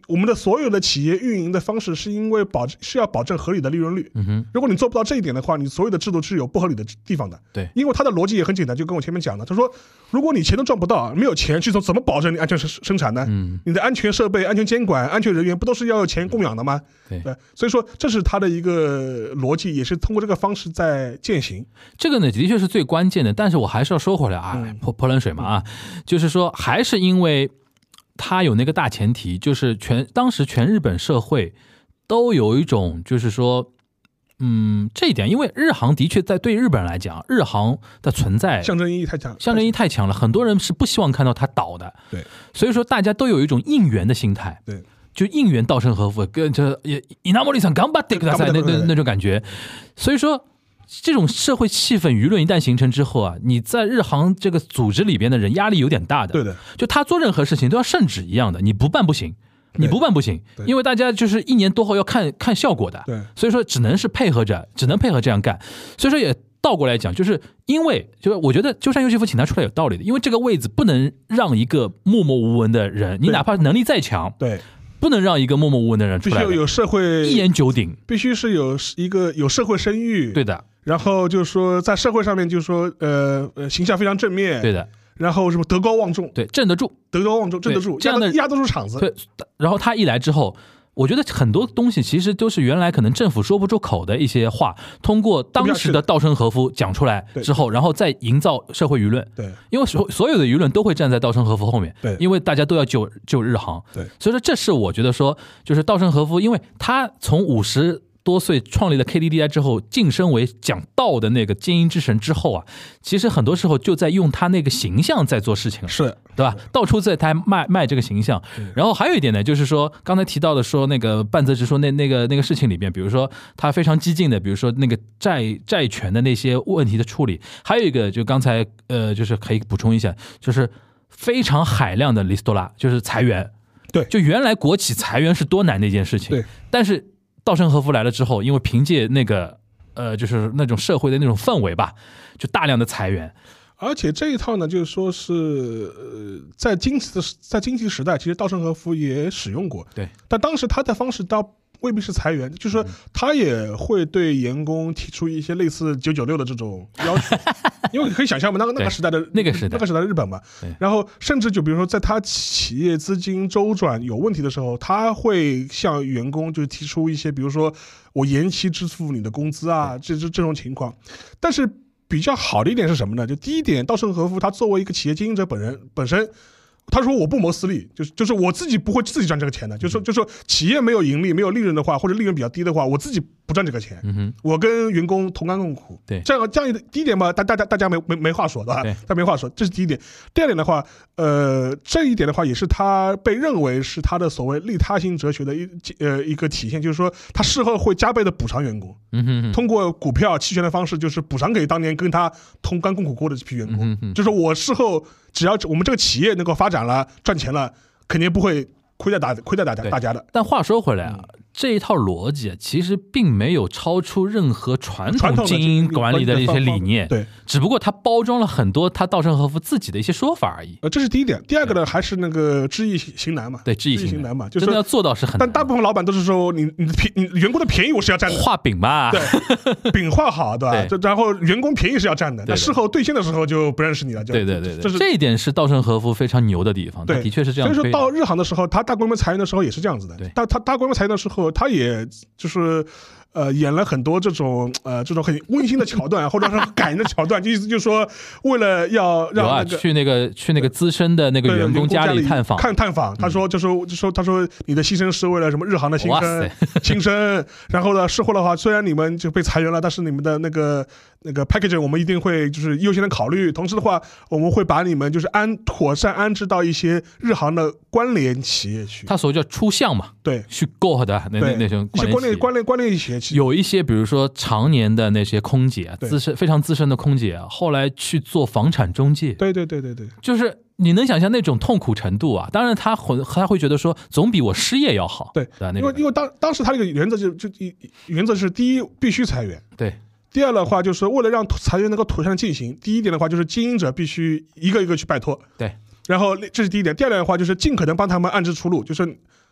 Speaker 2: 我们的所有的企业运营的方式，是因为保是要保证合理的利润率。
Speaker 1: 嗯哼，
Speaker 2: 如果你做不到这一点的话，你所有的制度是有不合理的地方的。
Speaker 1: 对
Speaker 2: 因为他的逻辑也很简单，就跟我前面讲的，他说，如果你钱都赚不到，没有钱去做，怎么保证你安全生生产呢？
Speaker 1: 嗯，
Speaker 2: 你的安全设备、安全监管、安全人员不都是要有钱供养的吗？
Speaker 1: 对
Speaker 2: 所以说这是他的一个逻辑，也是通过这个方式在践行。
Speaker 1: 这个呢的确是最关键的，但是我还是要说回来啊，
Speaker 2: 嗯
Speaker 1: 泼泼冷水嘛啊，就是说还是因为它有那个大前提，就是全当时全日本社会都有一种就是说。嗯，这一点，因为日航的确在对日本人来讲，日航的存在
Speaker 2: 象征意义太强，
Speaker 1: 哎象征意义太强了，很多人是不希望看到它倒的。
Speaker 2: 对，
Speaker 1: 所以说大家都有一种应援的心态。
Speaker 2: 对，
Speaker 1: 就应援稻盛和夫，跟这也伊纳莫里桑刚巴迪克大赛那
Speaker 2: 对对
Speaker 1: 那
Speaker 2: 对
Speaker 1: 那种感觉。所以说，这种社会气氛舆论一旦形成之后啊，你在日航这个组织里边的人压力有点大的。
Speaker 2: 对的，
Speaker 1: 就他做任何事情都要圣旨一样的，你不办不行，你不办不行，
Speaker 2: 对
Speaker 1: 因为大家就是一年多后要看看效果的，
Speaker 2: 对
Speaker 1: 所以说只能是配合着，只能配合这样干，所以说也。倒过来讲，就是因为，就是我觉得鸠山由纪夫请他出来有道理的，因为这个位子不能让一个默默无闻的人，你
Speaker 2: 对
Speaker 1: 哪怕能力再强，
Speaker 2: 对，
Speaker 1: 不能让一个默默无闻的人出
Speaker 2: 必须
Speaker 1: 来
Speaker 2: 要
Speaker 1: 的
Speaker 2: 有社会
Speaker 1: 一言九鼎。
Speaker 2: 必须是有一个有社会声誉，
Speaker 1: 对，的，
Speaker 2: 然后就是说在社会上面就是说呃呃形象非常正面，
Speaker 1: 对，的，
Speaker 2: 然后什么德高望重，
Speaker 1: 对，镇得住。
Speaker 2: 德高望重镇得住，
Speaker 1: 这样的
Speaker 2: 压得压得住场子，
Speaker 1: 对，然后他一来之后，我觉得很多东西其实都是原来可能政府说不出口的一些话，通过当时的稻盛和夫讲出来之后，然后再营造社会舆论。
Speaker 2: 对
Speaker 1: 因为所所有的舆论都会站在稻盛和夫后面，
Speaker 2: 对
Speaker 1: 因为大家都要救救日航，
Speaker 2: 对
Speaker 1: 所以说这是我觉得说，就是稻盛和夫，因为他从五十多岁创立了 KDDI 之后，晋升为讲道的那个精英之神之后啊，其实很多时候就在用他那个形象在做事情了，
Speaker 2: 是，
Speaker 1: 对吧？到处在他卖卖这个形象。然后还有一点呢，就是说刚才提到的说那个半泽直说那那个那个事情里面，比如说他非常激进的，比如说那个债债权的那些问题的处理，还有一个就刚才呃，就是可以补充一下，就是非常海量的 l i s t o l a 就是裁员。
Speaker 2: 对
Speaker 1: 就原来国企裁员是多难的一件事情，
Speaker 2: 对。
Speaker 1: 但是稻盛和夫来了之后，因为凭借那个呃，就是那种社会的那种氛围吧，就大量的裁员，
Speaker 2: 而且这一套呢，就是说是呃，在经济的时在经济时代，其实稻盛和夫也使用过，
Speaker 1: 对，嗯
Speaker 2: 但当时他的方式到未必是裁员，就是说他也会对员工提出一些类似九九六的这种
Speaker 1: [LAUGHS]
Speaker 2: 要求，因为可以想象嘛，那个那
Speaker 1: 对
Speaker 2: 个时代的
Speaker 1: 那个时代
Speaker 2: 那个时代的日本嘛
Speaker 1: 对，
Speaker 2: 然后甚至就比如说在他企业资金周转有问题的时候，他会向员工就提出一些，比如说我延期支付你的工资啊，这这这种情况，但是。比较好的一点是什么呢？就第一点，稻盛和夫他作为一个企业经营者本人本身，他说我不谋私利，就是就是我自己不会自己赚这个钱的，就是说
Speaker 1: 嗯
Speaker 2: 就是说企业没有盈利、没有利润的话，或者利润比较低的话，我自己不赚这个钱，
Speaker 1: 嗯哼，
Speaker 2: 我跟员工同甘共苦。
Speaker 1: 对
Speaker 2: 这样这样一个第一点嘛，大大家大家没没没话说的，
Speaker 1: 对
Speaker 2: 他没话说，这是第一点。第二点的话，呃，这一点的话也是他被认为是他的所谓利他型哲学的一呃一个体现，就是说他事后会加倍的补偿员工，
Speaker 1: 嗯哼哼，
Speaker 2: 通过股票期权的方式，就是补偿给当年跟他同甘共苦过的这批员工。
Speaker 1: 嗯哼，
Speaker 2: 就是我事后只要我们这个企业能够发展了、赚钱了，肯定不会亏待大亏待大家
Speaker 1: 对
Speaker 2: 大家的。
Speaker 1: 但话说回来啊，
Speaker 2: 嗯
Speaker 1: 这一套逻辑啊其实并没有超出任何传
Speaker 2: 传
Speaker 1: 统
Speaker 2: 统的
Speaker 1: 经营管理的一些理念，
Speaker 2: 对，
Speaker 1: 只不过它包装了很多他稻盛和夫自己的一些说法而已。
Speaker 2: 呃，这是第一点。第二个呢，还是那个知易行难嘛。
Speaker 1: 对，知易
Speaker 2: 知易
Speaker 1: 行
Speaker 2: 行难嘛，就
Speaker 1: 真的要
Speaker 2: 是。
Speaker 1: 做到是很难
Speaker 2: 但
Speaker 1: 的。
Speaker 2: 大部分老板都是说，你你的便你员工的便宜我是
Speaker 1: [LAUGHS]
Speaker 2: 要占的，
Speaker 1: 画饼吧， [LAUGHS]
Speaker 2: 对，饼画好，对吧？
Speaker 1: 对
Speaker 2: 这然后员工便宜是要占的，
Speaker 1: 对
Speaker 2: 那
Speaker 1: 的
Speaker 2: 事后兑现的时候就不认识你了，就
Speaker 1: 对对对
Speaker 2: 这
Speaker 1: 对，
Speaker 2: 是
Speaker 1: 这一点是稻盛和夫非常牛的地方，他
Speaker 2: 对
Speaker 1: 的确是这样
Speaker 2: 所以
Speaker 1: 推
Speaker 2: 说
Speaker 1: 的。
Speaker 2: 到日航的时候，他大规模裁员的时候也是这样子的
Speaker 1: 对。
Speaker 2: 但他大规模裁员的时候，他也就是。呃，演了很多这种呃这种很温馨的桥段，或者是很感人的桥段，就意思就是说，为了要
Speaker 1: 有
Speaker 2: 让
Speaker 1: 啊，
Speaker 2: 那个
Speaker 1: 去那个去那个资深的那个
Speaker 2: 对
Speaker 1: 员工
Speaker 2: 家
Speaker 1: 里探访，嗯
Speaker 2: 看探访，他说就说就说他说你的牺牲是为了什么日航的新
Speaker 1: 哇
Speaker 2: 生
Speaker 1: 塞
Speaker 2: [LAUGHS]
Speaker 1: [LAUGHS]
Speaker 2: 新生，然后呢事后的话，虽然你们就被裁员了，但是你们的那个那个 package 我们一定会就是优先的考虑，同时的话，我们会把你们就是安妥善安置到一些日航的关联企业去，
Speaker 1: 他所谓叫出项嘛，
Speaker 2: 对
Speaker 1: 去 go 的那那
Speaker 2: 对
Speaker 1: 那种
Speaker 2: 一些关联
Speaker 1: 系
Speaker 2: 关联关联企业去，
Speaker 1: 有一些，比如说常年的那些空姐啊，
Speaker 2: 对
Speaker 1: 资深非常资深的空姐啊，后来去做房产中介，
Speaker 2: 对对对对对，
Speaker 1: 就是你能想象那种痛苦程度啊。当然，他会他会觉得说，总比我失业要好。
Speaker 2: 对
Speaker 1: 吧啊那
Speaker 2: 因为
Speaker 1: 种
Speaker 2: 因为当当时他这个原则就就一原则是第一必须裁员。
Speaker 1: 对
Speaker 2: 第二的话，就是为了让裁员能够妥善地进行，第一点的话就是经营者必须一个一个去拜托，
Speaker 1: 对，
Speaker 2: 然后这是第一点。第二点的话就是尽可能帮他们暗置出路，就是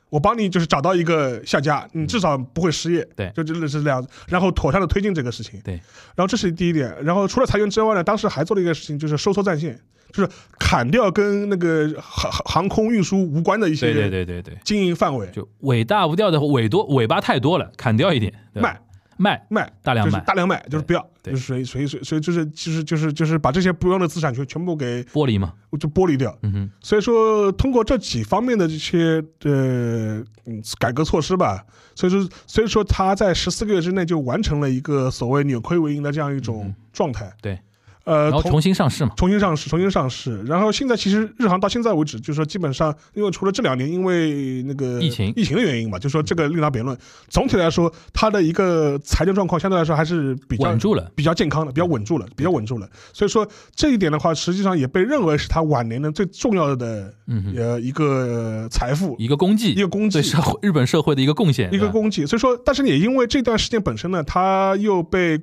Speaker 2: 我帮你就是找到一个下家，你至少不会失业，
Speaker 1: 对
Speaker 2: 就真的是这样子。然后妥善的推进这个事情，
Speaker 1: 对。
Speaker 2: 然后这是第一点。然后除了裁员之外呢，当时还做了一个事情，就是收缩战线，就是砍掉跟那个航航空运输无关的一
Speaker 1: 对对
Speaker 2: 些
Speaker 1: 对对对，
Speaker 2: 经营范围，
Speaker 1: 就尾大不掉的尾多尾巴太多了，砍掉一点，对吧
Speaker 2: 卖
Speaker 1: 卖
Speaker 2: 卖
Speaker 1: 大量
Speaker 2: 就是
Speaker 1: 卖
Speaker 2: 大量卖，就是不要，
Speaker 1: 对
Speaker 2: 就是所以所以所以所以就是就是就是就是把这些不用的资产全全部给
Speaker 1: 玻璃嘛，
Speaker 2: 就剥离掉。
Speaker 1: 嗯哼，
Speaker 2: 所以说，通过这几方面的这些呃嗯改革措施吧，所以说所以说他在十四个月之内就完成了一个所谓扭亏为盈的这样一种状态。
Speaker 1: 嗯对，
Speaker 2: 呃，
Speaker 1: 然后
Speaker 2: 同
Speaker 1: 重新上市嘛，
Speaker 2: 重新上市，重新上市。然后现在其实日航到现在为止，就是说基本上，因为除了这两年因为那个
Speaker 1: 疫情
Speaker 2: 疫情的原因嘛，就说这个另当别论。总体来说，它的一个财政状况相对来说还是比较
Speaker 1: 稳住了。
Speaker 2: 比较健康的，比较稳住了，比较稳住了。所以说这一点的话，实际上也被认为是他晚年的最重要的
Speaker 1: 嗯哼，
Speaker 2: 呃一个财富，
Speaker 1: 一个功绩，
Speaker 2: 一个功绩
Speaker 1: 对。社会日本社会的一个贡献，
Speaker 2: 一
Speaker 1: 对
Speaker 2: 个
Speaker 1: 吧
Speaker 2: 功绩，所以说，但是也因为这段事件本身呢，他又被，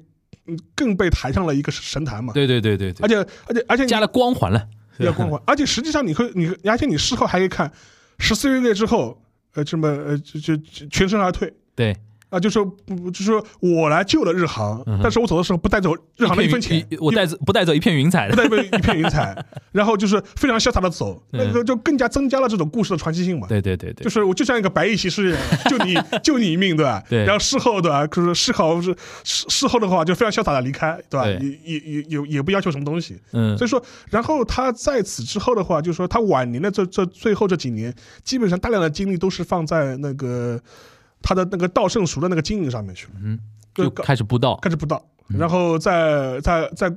Speaker 2: 嗯更被抬上了一个神坛嘛。
Speaker 1: 对对对对
Speaker 2: 而
Speaker 1: 对，
Speaker 2: 且，而且，而且你
Speaker 1: 加了光环了，
Speaker 2: 比较
Speaker 1: [LAUGHS]
Speaker 2: 光环。而且实际上你会，你而且你事后还可以看，十四个月之后，呃，这么呃，就就就全身而退
Speaker 1: 对，
Speaker 2: 啊，就说不，不就说我来救了日航，
Speaker 1: 嗯哼
Speaker 2: 但是我走的时候不带走日航的一分钱，
Speaker 1: 一我带走不带走一片云彩
Speaker 2: 不
Speaker 1: 的，
Speaker 2: 带一一片云彩，然后就是非常潇洒的走，那个就更加增加了这种故事的传奇性嘛。
Speaker 1: 对对对对
Speaker 2: 就，是我就像一个白衣骑士一样，救你 [LAUGHS] 救你一命，对吧？
Speaker 1: 对
Speaker 2: 然后事后对吧？就是事后是事事后的话，就非常潇洒的离开，对吧？
Speaker 1: 对
Speaker 2: 也也也也也不要求什么东西。
Speaker 1: 嗯
Speaker 2: 所以说，然后他在此之后的话，就是说他晚年的这这最后这几年，基本上大量的精力都是放在那个他的那个稻盛熟的那个经营上面去了，
Speaker 1: 嗯，
Speaker 2: 就
Speaker 1: 就开始布道，
Speaker 2: 开始布道，然后在在在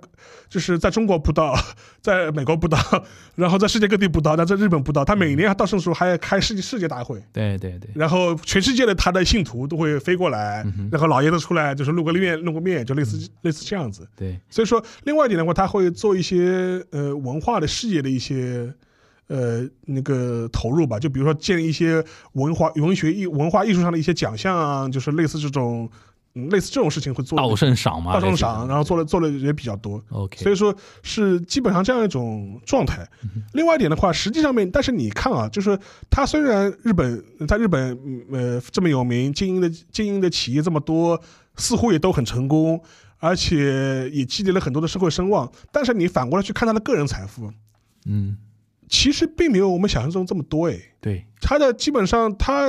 Speaker 2: 就是在中国布道， [LAUGHS] 在美国布道， [LAUGHS] 然后在世界各地布道，但在日本布道，他每年稻盛熟还开世界世界大会。
Speaker 1: 对对对，
Speaker 2: 然后全世界的他的信徒都会飞过来，然后老爷子出来就是露个面，露个面，就类似、类似这样子。
Speaker 1: 对，
Speaker 2: 所以说，另外一点的话，他会做一些呃文化的事业的一些呃那个投入吧，就比如说建立一些文化、文学艺、文化艺术上的一些奖项啊，就是类似这种嗯类似这种事情会做
Speaker 1: 稻盛赏嘛，
Speaker 2: 大众
Speaker 1: 啊类似
Speaker 2: 赏，然后做了做了也比较多。所
Speaker 1: ，OK，
Speaker 2: 以说是基本上这样一种状态。
Speaker 1: 嗯
Speaker 2: 另外一点的话，实际上面，但是你看啊，就是它虽然日本在日本嗯呃这么有名，经营的经营的企业这么多，似乎也都很成功，而且也积累了很多的社会声望，但是你反过来去看他的个人财富，
Speaker 1: 嗯，
Speaker 2: 其实并没有我们想象中这么多诶。
Speaker 1: 对，
Speaker 2: 他的基本上他，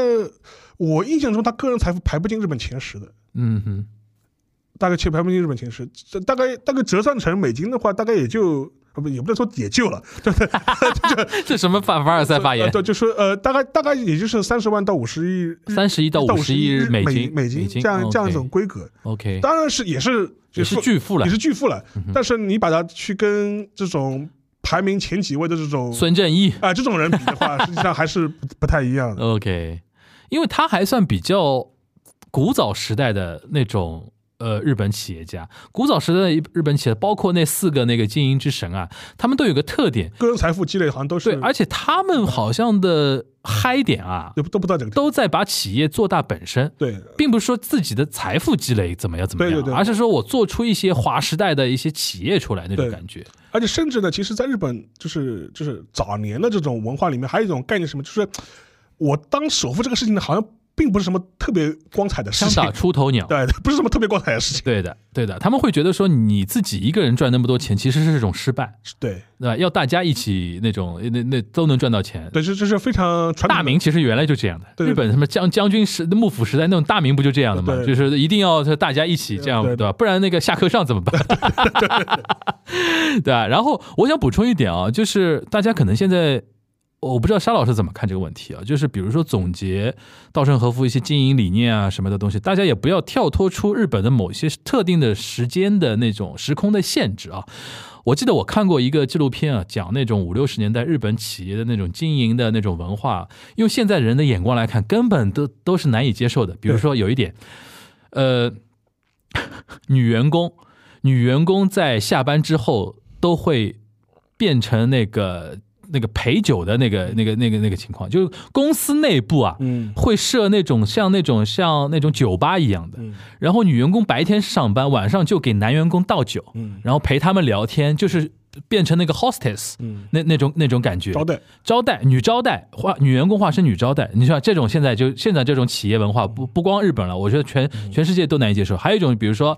Speaker 2: 我印象中他个人财富排不进日本前十的。
Speaker 1: 嗯哼， [LAUGHS]
Speaker 2: 大概去排不进日本前十，这大概大概折算成美金的话，大概也就啊不也不能说也就了，
Speaker 1: 这什么凡凡尔赛发
Speaker 2: 呃
Speaker 1: 言？
Speaker 2: 对，就说呃大概大概也就是三十万到五十亿
Speaker 1: 三十一到
Speaker 2: 到
Speaker 1: 五十亿
Speaker 2: 日
Speaker 1: 美
Speaker 2: 美
Speaker 1: 金，
Speaker 2: 美
Speaker 1: 金哦
Speaker 2: 这样这样一种
Speaker 1: OK，
Speaker 2: 规格，
Speaker 1: ，OK，
Speaker 2: 当然是也是
Speaker 1: 也
Speaker 2: 就是
Speaker 1: 巨富了
Speaker 2: 也。是巨富了
Speaker 1: 嗯哼，
Speaker 2: 但是你把它去跟这种排名前几位的这种
Speaker 1: 孙正义
Speaker 2: 啊、这种人比的话，实际上还是不不太一
Speaker 1: [LAUGHS] 哦
Speaker 2: 样的。
Speaker 1: ，OK，因为他还算比较古早时代的那种。呃，日本企业家，古早时代的日本企业，包括那四个那个经营之神啊，他们都有个特点，
Speaker 2: 个人财富积累好像都是
Speaker 1: 对，而且他们好像的嗨点啊，
Speaker 2: 都都不到这个地
Speaker 1: 都在把企业做大本身，
Speaker 2: 对
Speaker 1: 并不是说自己的财富积累怎么样怎么样，啊
Speaker 2: 对对对
Speaker 1: 而是说我做出一些划时代的一些企业出来那种
Speaker 2: 对
Speaker 1: 感觉。
Speaker 2: 而且甚至呢，其实在日本就是就是早年的这种文化里面，还有一种概念是什么，就是我当首富这个事情呢，好像并不是什么特别光彩的事
Speaker 1: 枪
Speaker 2: 情
Speaker 1: 打，出头鸟，
Speaker 2: [LAUGHS] 对，不是什么特别光彩的事情，
Speaker 1: 对的，对的，他们会觉得说你自己一个人赚那么多钱，其实是一种失败，
Speaker 2: 对
Speaker 1: 对吧？要大家一起那种，那那都能赚到钱。
Speaker 2: 对，这这是非常传统的
Speaker 1: 大明其实原来就这样的，
Speaker 2: 对对
Speaker 1: 日本什么将将军时幕府时代那种大明不就这样的吗？
Speaker 2: 对
Speaker 1: 就是一定要是大家一起这样，
Speaker 2: 对
Speaker 1: 对吧？不然那个下课上怎么
Speaker 2: [LAUGHS]
Speaker 1: 办？对啊。然后我想补充一点啊，就是大家可能现在。我不知道沙老师怎么看这个问题啊，就是比如说总结稻盛和夫一些经营理念啊什么的东西，大家也不要跳脱出日本的某些特定的时间的那种时空的限制啊。我记得我看过一个纪录片啊，讲那种五六十年代日本企业的那种经营的那种文化，用现在人的眼光来看，根本都都是难以接受的。比如说有一点，呃， [LAUGHS] 女员工，女员工在下班之后都会变成那个那个陪酒的那个那个那个那个情况，就是公司内部啊，
Speaker 2: 嗯
Speaker 1: 会设那种像那种像那种酒吧一样的，
Speaker 2: 嗯
Speaker 1: 然后女员工白天上班，晚上就给男员工倒酒，
Speaker 2: 嗯
Speaker 1: 然后陪他们聊天，就是变成那个 hostess。
Speaker 2: 嗯，
Speaker 1: 那那种那种感觉，
Speaker 2: 招待
Speaker 1: 招待女招待化女员工化身女招待，你像这种现在就现在这种企业文化不不光日本了，我觉得全
Speaker 2: 嗯
Speaker 1: 全世界都难以接受。还有一种比如说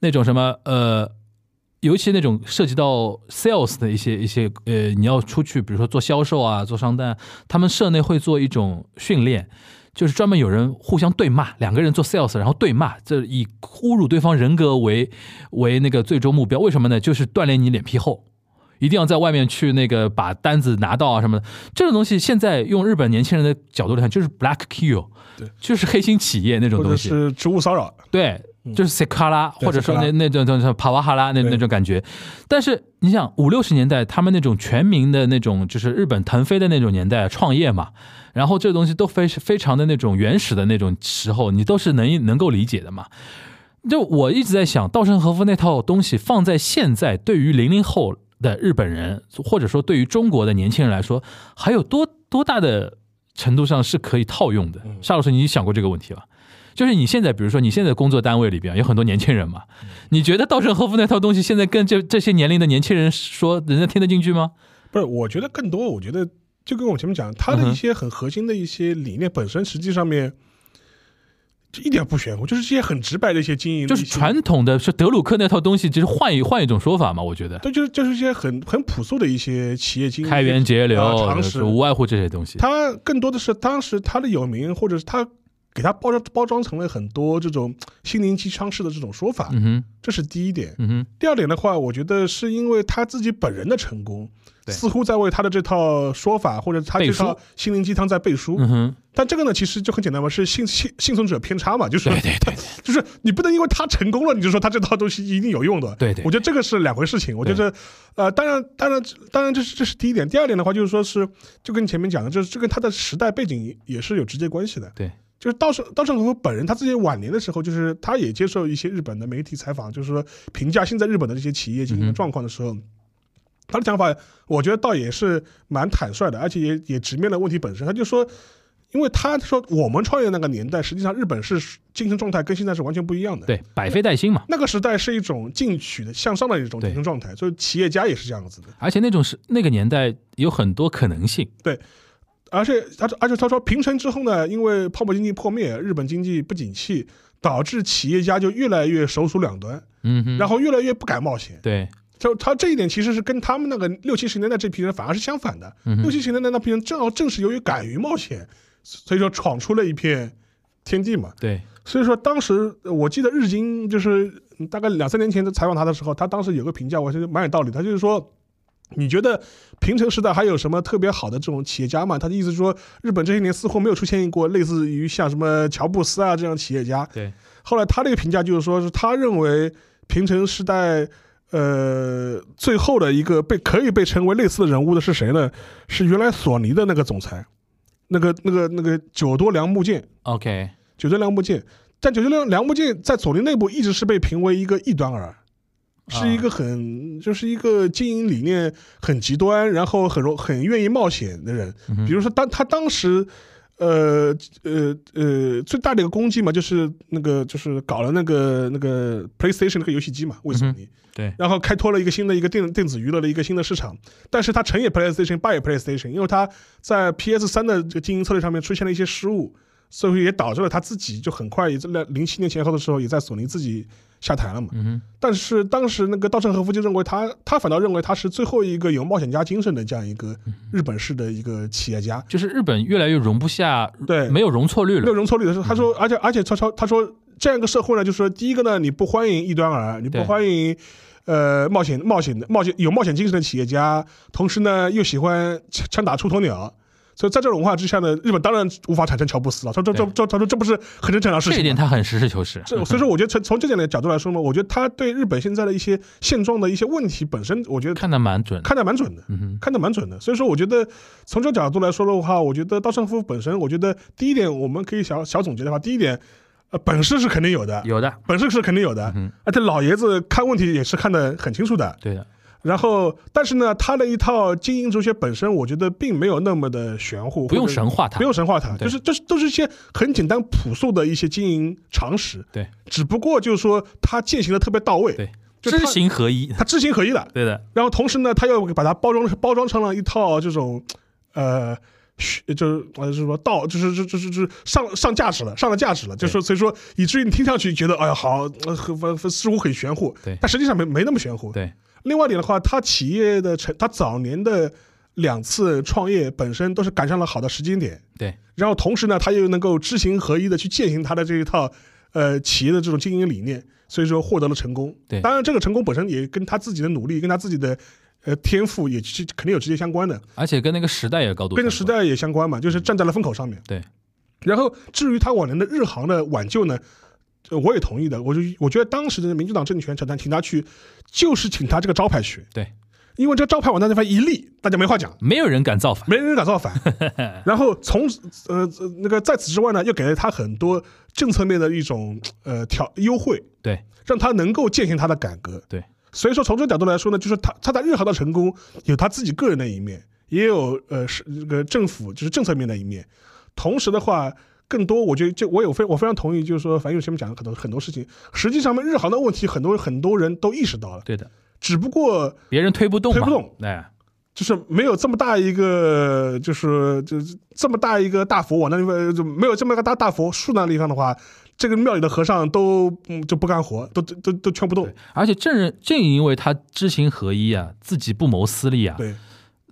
Speaker 1: 那种什么呃，尤其那种涉及到 sales 的一些一些呃，你要出去比如说做销售啊、做商单啊，他们社内会做一种训练。就是专门有人互相对骂，两个人做 sales，然后对骂，这以侮辱对方人格为为那个最终目标。为什么呢？就是锻炼你脸皮厚。一定要在外面去那个把单子拿到啊什么的，这种东西现在用日本年轻人的角度来看，就是 black kill，
Speaker 2: 对，
Speaker 1: 就是黑心企业那种
Speaker 2: 或者
Speaker 1: 东西，
Speaker 2: 是职务骚扰，
Speaker 1: 对，就是塞卡拉，
Speaker 2: 嗯对
Speaker 1: 或者说那
Speaker 2: sekara
Speaker 1: 那种那种帕瓦哈拉那
Speaker 2: 对
Speaker 1: 那种感觉。但是你想，五六十年代他们那种全民的那种，就是日本腾飞的那种年代，创业嘛，然后这东西都非非常的那种原始的那种时候，你都是能能够理解的嘛。就我一直在想，稻盛和夫那套东西放在现在，对于零零后的日本人，或者说对于中国的年轻人来说，还有多多大的程度上是可以套用的？
Speaker 2: 嗯
Speaker 1: 沙老师，你想过这个问题吧？就是你现在，比如说你现在工作单位里边有很多年轻人嘛，你觉得稻盛和夫那套东西现在跟这这些年龄的年轻人说，人家听得进去吗？
Speaker 2: 不是，我觉得更多，我觉得就跟我前面讲，他
Speaker 1: 嗯
Speaker 2: 的
Speaker 1: 哼
Speaker 2: 一些很核心的一些理念本身，实际上面就一点不玄乎，就是这些很直白的一些经营的
Speaker 1: 就
Speaker 2: 一
Speaker 1: 是
Speaker 2: 些，
Speaker 1: 传统的，是德鲁克那套东西，就是换一换一种说法嘛，我觉得
Speaker 2: 对，就是就是一些很很朴素的一些企业经营
Speaker 1: 开源节流、
Speaker 2: 啊常
Speaker 1: 就是
Speaker 2: 识。
Speaker 1: 无外乎这些东西。
Speaker 2: 他更多的是当时他的有名，或者是他给他包装包装成了很多这种心灵鸡汤式的这种说法，
Speaker 1: 嗯哼，
Speaker 2: 这是第一点。
Speaker 1: 嗯哼，
Speaker 2: 第二点的话，我觉得是因为他自己本人的成功，
Speaker 1: 对
Speaker 2: 似乎在为他的这套说法或者他
Speaker 1: 背
Speaker 2: 这
Speaker 1: 书
Speaker 2: 套心灵鸡汤在背书。
Speaker 1: 嗯哼，
Speaker 2: 但这个呢，其实就很简单嘛，是幸幸幸存者偏差嘛，就是
Speaker 1: 对对对
Speaker 2: 就是你不能因为他成功了，你就说他这套东西一定有用的。
Speaker 1: 对对
Speaker 2: 我觉得这个是两回事情。我觉得，呃，当然，当然，当然，这是这是第一点。第二点的话，就是说是就跟前面讲的，就是这跟他的时代背景也是有直接关系的。
Speaker 1: 对，
Speaker 2: 就是稻盛稻盛和夫本人他自己晚年的时候，就是他也接受一些日本的媒体采访，就是说评价现在日本的这些企业经营
Speaker 1: 嗯
Speaker 2: 的
Speaker 1: 哼
Speaker 2: 状况的时候。他的讲法，我觉得倒也是蛮坦率的，而且也也直面了问题本身。他就说，因为他说我们创业那个年代，实际上日本是精神状态跟现在是完全不一样的。
Speaker 1: 对，百废待兴嘛。
Speaker 2: 那个时代是一种进取的、向上的一种
Speaker 1: 对
Speaker 2: 精神状态，所以企业家也是这样子的。
Speaker 1: 而且那种是那个年代有很多可能性，
Speaker 2: 而且他而且他说平成之后呢，因为泡沫经济破灭，日本经济不景气，导致企业家就越来越手鼠两端，
Speaker 1: 嗯哼，
Speaker 2: 然
Speaker 1: 后
Speaker 2: 后越来越不敢冒险。
Speaker 1: 对，
Speaker 2: 就他这一点其实是跟他们那个六七十年代这批人反而是相反的。
Speaker 1: 嗯
Speaker 2: 六
Speaker 1: 哼，
Speaker 2: 七十年代那批人正好正是由于敢于冒险，所以说闯出了一片天地嘛。
Speaker 1: 对，
Speaker 2: 所以说当时呃我记得日经就是嗯大概两三年前采访他的时候，他当时有个评价，我觉得蛮有道理的。他就是说，你觉得平成时代还有什么特别好的这种企业家吗？他的意思是说，日本这些年似乎没有出现过类似于像什么乔布斯啊这样的企业家。
Speaker 1: 对。
Speaker 2: 后来他这个评价就是说，是他认为平成时代。呃，最后的一个被可以被称为类似的人物的是谁呢？是原来索尼的那个总裁，那个那个那个久多良木健，
Speaker 1: OK，
Speaker 2: 九州良木剑，但九州良良木剑在索尼内部一直是被评为一个异端
Speaker 1: 啊
Speaker 2: 儿，是一个很、就是一个经营理念很极端，然后很容很愿意冒险的人。
Speaker 1: 嗯哼
Speaker 2: 比如说当他当时。呃呃呃，最大的一个攻击嘛，就是那个就是搞了那个那个 PlayStation 那个游戏机嘛，
Speaker 1: 嗯
Speaker 2: 为索尼，
Speaker 1: 对
Speaker 2: 然后开拓了一个新的一个电电子娱乐的一个新的市场，但是他成也 PlayStation，败也 PlayStation，因为他在 PS 三的这个经营策略上面出现了一些失误，所以也导致了他自己就很快也在零七年前后的时候也在索尼自己下台了嘛。
Speaker 1: 嗯哼，
Speaker 2: 但是当时那个稻盛和夫就认为他，他反倒认为他是最后一个有冒险家精神的这样一个
Speaker 1: 嗯
Speaker 2: 日本式的一个企业家。
Speaker 1: 就是日本越来越容不下，
Speaker 2: 对，
Speaker 1: 没有容错率
Speaker 2: 没有
Speaker 1: 了，
Speaker 2: 容错率的时候，他说，
Speaker 1: 嗯
Speaker 2: 而且而且他说他说这样一个社会呢，就是说第一个呢，你不欢迎异端儿，你不
Speaker 1: 对
Speaker 2: 欢迎呃冒险冒险的冒险有冒险精神的企业家，同时呢又喜欢枪枪打出头鸟。所以在这种文化之下呢，日本当然无法产生乔布斯了。他说这
Speaker 1: 对
Speaker 2: 这他说这不是很正常的事
Speaker 1: 这一
Speaker 2: 情
Speaker 1: 点
Speaker 2: 吗。
Speaker 1: 他很实事求是。
Speaker 2: 这所以说，我觉得从从这点的角度来说呢，我觉得他对日本现在的一些现状的一些问题本身，我觉得
Speaker 1: 看得蛮准的，
Speaker 2: 看得蛮准的。
Speaker 1: 嗯哼，
Speaker 2: 看得蛮准的。所以说，我觉得从这角度来说的话，我觉得稻盛夫本身，我觉得第一点我们可以小小总结的话，第一点，呃，本事是肯定有的，
Speaker 1: 有的，
Speaker 2: 本事是肯定有的，
Speaker 1: 嗯哼，
Speaker 2: 而且老爷子看问题也是看得很清楚的。
Speaker 1: 对的，
Speaker 2: 然后，但是呢，他的一套经营哲学本身，我觉得并没有那么的玄乎，
Speaker 1: 不用
Speaker 2: 或者
Speaker 1: 神化它，
Speaker 2: 不用神化它，
Speaker 1: 对
Speaker 2: 就是就是都是一些很简单朴素的一些经营常识。
Speaker 1: 对，
Speaker 2: 只不过就是说他践行的特别到位，
Speaker 1: 对，
Speaker 2: 就他
Speaker 1: 知行合一，
Speaker 2: 他知行合一了。
Speaker 1: 对的，
Speaker 2: 然后同时呢，他又把它包装包装成了一套这种，呃，虚就是呃是什么道，就是这这这这上上价值了，上了价值了，就是说所以说以至于你听上去觉得哎呀好，呃很很似乎很玄乎，
Speaker 1: 对
Speaker 2: 但实际上没没那么玄乎。
Speaker 1: 对，
Speaker 2: 另外一点的话，他企业的成，他早年的两次创业本身都是赶上了好的时间点，
Speaker 1: 对，
Speaker 2: 然后同时呢，他又能够知行合一的去践行他的这一套呃企业的这种经营理念，所以说获得了成功。
Speaker 1: 对
Speaker 2: 当然这个成功本身也跟他自己的努力，跟他自己的呃天赋也是肯定有直接相关的，
Speaker 1: 而且跟那个时代也高度
Speaker 2: 跟着
Speaker 1: 相
Speaker 2: 时
Speaker 1: 关，嗯
Speaker 2: 代也相关嘛，就是站在了风口上面。
Speaker 1: 对，
Speaker 2: 然后至于他往年的日航的挽救呢，呃我也同意的。我就我觉得当时的民主党政权扯淡，请他去，就是请他这个招牌去。
Speaker 1: 对，
Speaker 2: 因为这招牌往那地方一立，大家没话讲。
Speaker 1: 没有人敢造反，
Speaker 2: 没人敢造
Speaker 1: [LAUGHS]
Speaker 2: 反。然后从呃呃那个在此之外呢，又给了他很多政策面的一种呃调优惠，
Speaker 1: 对，
Speaker 2: 让他能够践行他的改革。
Speaker 1: 对，
Speaker 2: 所以说从这个角度来说呢，就是他他在日航的成功有他自己个人的一面，也有呃是这个政府就是政策面的一面。同时的话，更多我觉得就我有非我非常同意，就是说樊玉前面讲的很多很多事情，实际上面日航的问题很多很多人都意识到了，
Speaker 1: 对的，
Speaker 2: 只不过
Speaker 1: 别人推不动嘛，
Speaker 2: 推不动，
Speaker 1: 哎，
Speaker 2: 就是没有这么大一个，就是就是这么大一个大佛往那地方，就没有这么一个大大佛竖那地方的话，这个庙里的和尚都嗯就不干活，都都都都劝不动
Speaker 1: 对。而且正人正因为他知行合一啊，自己不谋私利啊，
Speaker 2: 对，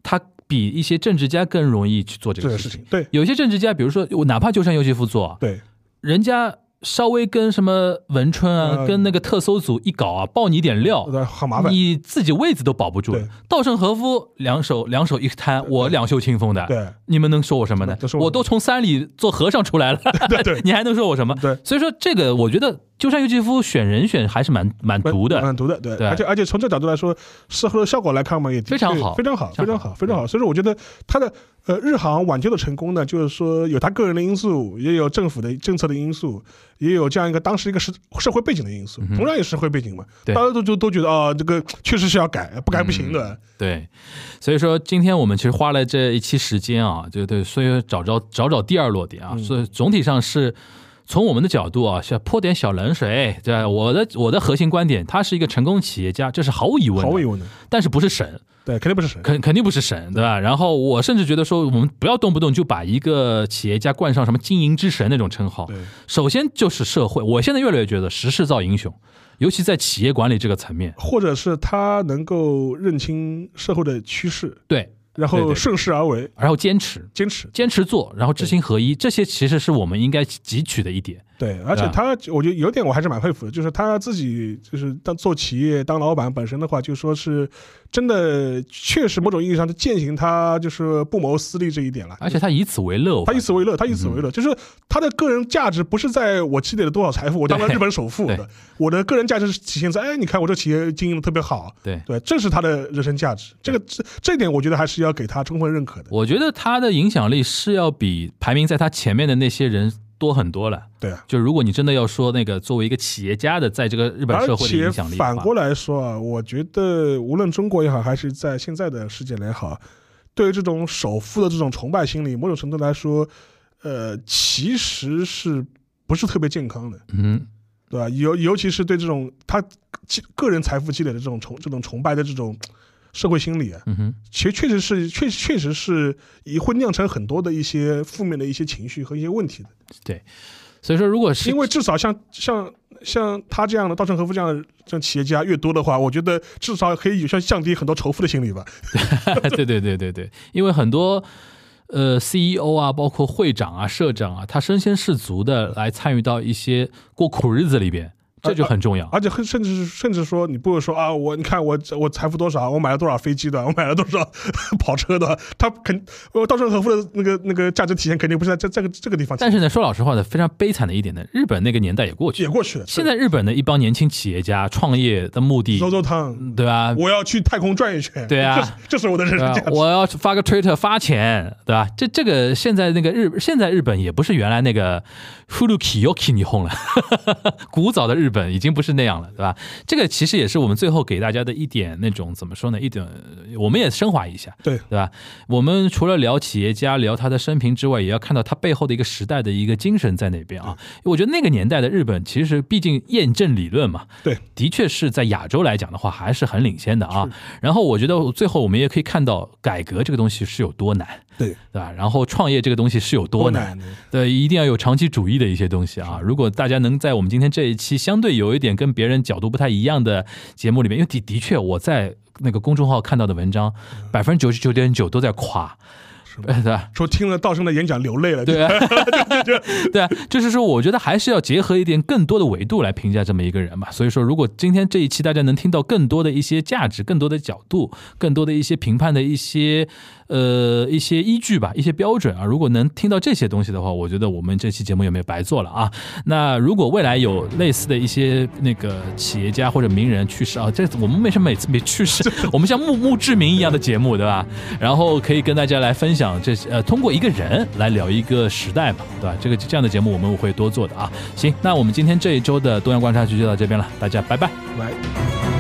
Speaker 1: 他比一些政治家更容易去做这
Speaker 2: 这
Speaker 1: 个
Speaker 2: 个
Speaker 1: 事
Speaker 2: 事
Speaker 1: 情
Speaker 2: 情，。对
Speaker 1: 有些政治家，比如说我哪怕鸠山由纪夫做，啊
Speaker 2: 对
Speaker 1: 人家稍微跟什么文春啊，
Speaker 2: 嗯
Speaker 1: 跟那个特搜组一搞啊，爆你点料，
Speaker 2: 对，很麻烦。
Speaker 1: 你自己位子都保不住
Speaker 2: 对。
Speaker 1: 稻盛和夫两手两手一摊，我两袖清风的，
Speaker 2: 对
Speaker 1: 你们能说我什么呢
Speaker 2: 都？说我
Speaker 1: 我都从山里做和尚出来了，
Speaker 2: [LAUGHS] 对对
Speaker 1: [LAUGHS] 你还能说我什么？
Speaker 2: 对
Speaker 1: 所以说这个我觉得鸠山由纪夫选人选还是蛮蛮毒的，
Speaker 2: 蛮毒的，对。嗯
Speaker 1: 对
Speaker 2: 而且而且从这角度来说，事后的效果来看嘛，也的
Speaker 1: 非常
Speaker 2: 确
Speaker 1: 好
Speaker 2: 非常好，
Speaker 1: 非
Speaker 2: 非
Speaker 1: 常
Speaker 2: 常
Speaker 1: 好
Speaker 2: 好，非常好。所以说，我觉得他的呃日航挽救的成功呢，就是说有他个人的因素，也有政府的政策的因素，也有这样一个当时一个社社会背景的因素
Speaker 1: 嗯，哼
Speaker 2: 同样也是社会背景嘛，
Speaker 1: 对
Speaker 2: 大家都就都觉得啊，这个确实是要改，不改不行的。
Speaker 1: 对，所以说今天我们其实花了这一期时间啊，就对，所以说找找找找第二落点啊，
Speaker 2: 嗯
Speaker 1: 所以总体上是从我们的角度啊，是泼点小冷水。对吧，我的我的核心观点，他是一个成功企业家，这是毫无疑问嗯的，
Speaker 2: 毫无疑问的，
Speaker 1: 但是不是神，
Speaker 2: 对，肯定不是神。
Speaker 1: 肯肯定不是神，对吧？然后我甚至觉得说，我们不要动不动就把一个企业家冠上什么经营之神那种称号
Speaker 2: 对。
Speaker 1: 首先就是社会，我现在越来越觉得时势造英雄，尤其在企业管理这个层面，
Speaker 2: 或者是他能够认清社会的趋势，
Speaker 1: 对，
Speaker 2: 然
Speaker 1: 对对
Speaker 2: 后顺势而为，
Speaker 1: 然后坚持。
Speaker 2: 坚持。
Speaker 1: 坚持做，然后知行合一，这些其实是我们应该汲取的一点。
Speaker 2: 对，而且
Speaker 1: 对吧
Speaker 2: 他，我觉得有点我还是蛮佩服的，就是他自己就是当做企业当老板本身的话，就说是真的，确实某种意义上就践行他就是不谋私利这一点了。
Speaker 1: 而且他以此为乐，我
Speaker 2: 他以此为乐，他以此
Speaker 1: 嗯
Speaker 2: 为乐，就是他的个人价值不是在我积累了多少财富，我
Speaker 1: [LAUGHS]
Speaker 2: 当了
Speaker 1: 对
Speaker 2: 日本首富
Speaker 1: 对
Speaker 2: 的，我的个人价值是体现在，哎，你看我这企业经营的特别好，
Speaker 1: 对
Speaker 2: 对，这是他的人生价值，这个这这点我觉得还是要给他充分认可的，
Speaker 1: 我觉得他的影响力是要比排名在他前面的那些人多很多了。
Speaker 2: 对啊。
Speaker 1: 就如果你真的要说那个作为一个企业家的，在这个日本社
Speaker 2: 而
Speaker 1: 会的
Speaker 2: 且
Speaker 1: 影响力的话，
Speaker 2: 反过来说啊，我觉得无论中国也好，还是在现在的世界也好，对于这种首富的这种崇拜心理，某种程度来说，呃，其实是不是特别健康的，
Speaker 1: 嗯，
Speaker 2: 对吧？尤尤其是对这种他积个人财富积累的这种崇这种崇拜的这种社会心理啊，
Speaker 1: 嗯哼，
Speaker 2: 其实确实是确确实是也会酿成很多的一些负面的一些情绪和一些问题的。
Speaker 1: 对。所以说，如果是
Speaker 2: 因为至少像像像他这样的稻盛和夫这样的这种企业家越多的话，我觉得至少可以有效降低很多仇富的心理吧。
Speaker 1: [LAUGHS] 对对对对对，因为很多呃 CEO 啊，包括会长啊、社长啊，他身先士卒的来参与到一些过苦日子里边，这就很重要。
Speaker 2: 呃而且很甚至是甚至说，你不会说啊，我你看我我财富多少，我买了多少飞机的，我买了多少 [LAUGHS] 跑车的，他肯呃稻盛和夫的那个那个价值体现肯定不是在这这个这个地方体
Speaker 1: 但
Speaker 2: 现，
Speaker 1: 是呢，说老实话呢，非常悲惨的一点呢，日本那个年代也过去
Speaker 2: 也
Speaker 1: 了。
Speaker 2: 过去了。
Speaker 1: 现在日本的一帮年轻企业家创业的目的，
Speaker 2: 揉揉汤，
Speaker 1: 对啊吧？
Speaker 2: 我要去太空转一圈，
Speaker 1: 嗯对啊
Speaker 2: 这是这是我的人
Speaker 1: 对
Speaker 2: 生
Speaker 1: 吧
Speaker 2: 价值。
Speaker 1: 我要发个 Twitter 发钱，对吧？这这个现在那个日现在日本也不是原来那个 Furuki Yoki 你轰了， [LAUGHS] 古早的日本已经不是那样了，对吧？这个其实也是我们最后给大家的一点那种怎么说呢？一点我们也升华一下，
Speaker 2: 对
Speaker 1: 对吧？我们除了聊企业家、聊他的生平之外，也要看到他背后的一个时代的一个精神在那边啊。我觉得那个年代的日本，其实毕竟验证理论嘛，
Speaker 2: 对，
Speaker 1: 的确是在亚洲来讲的话，还是很领先的啊。然后我觉得最后我们也可以看到，改革这个东西是有多难，
Speaker 2: 对，
Speaker 1: 对吧？然后创业这个东西是有多难，
Speaker 2: 难的，
Speaker 1: 对，一定要有长期主义的一些东西啊。如果大家能在我们今天这一期相对有一点跟别人角度不太一样的节目里面，因为的的确我在那个公众号看到的文章，百分之九十九点九都在夸，对吧？
Speaker 2: 说听了稻盛的演讲流泪了，
Speaker 1: 对啊，对啊， [LAUGHS] 就是说，我觉得还是要结合一点更多的维度来评价这么一个人嘛。所以说，如果今天这一期大家能听到更多的一些价值、更多的角度、更多的一些评判的一些呃一些依据吧、一些标准啊，如果能听到这些东西的话，我觉得我们这期节目也没有白做了啊。那如果未来有类似的一些那个企业家或者名人去世啊，这我们为什么每次没去世？我们像墓墓志铭一样的节目，对吧？然后可以跟大家来分享这些呃，通过一个人来聊一个时代嘛，对吧？这个这样的节目我们会多做的啊。行，那我们今天这一周的东阳观察局就到这边了，大家拜拜。
Speaker 2: 来。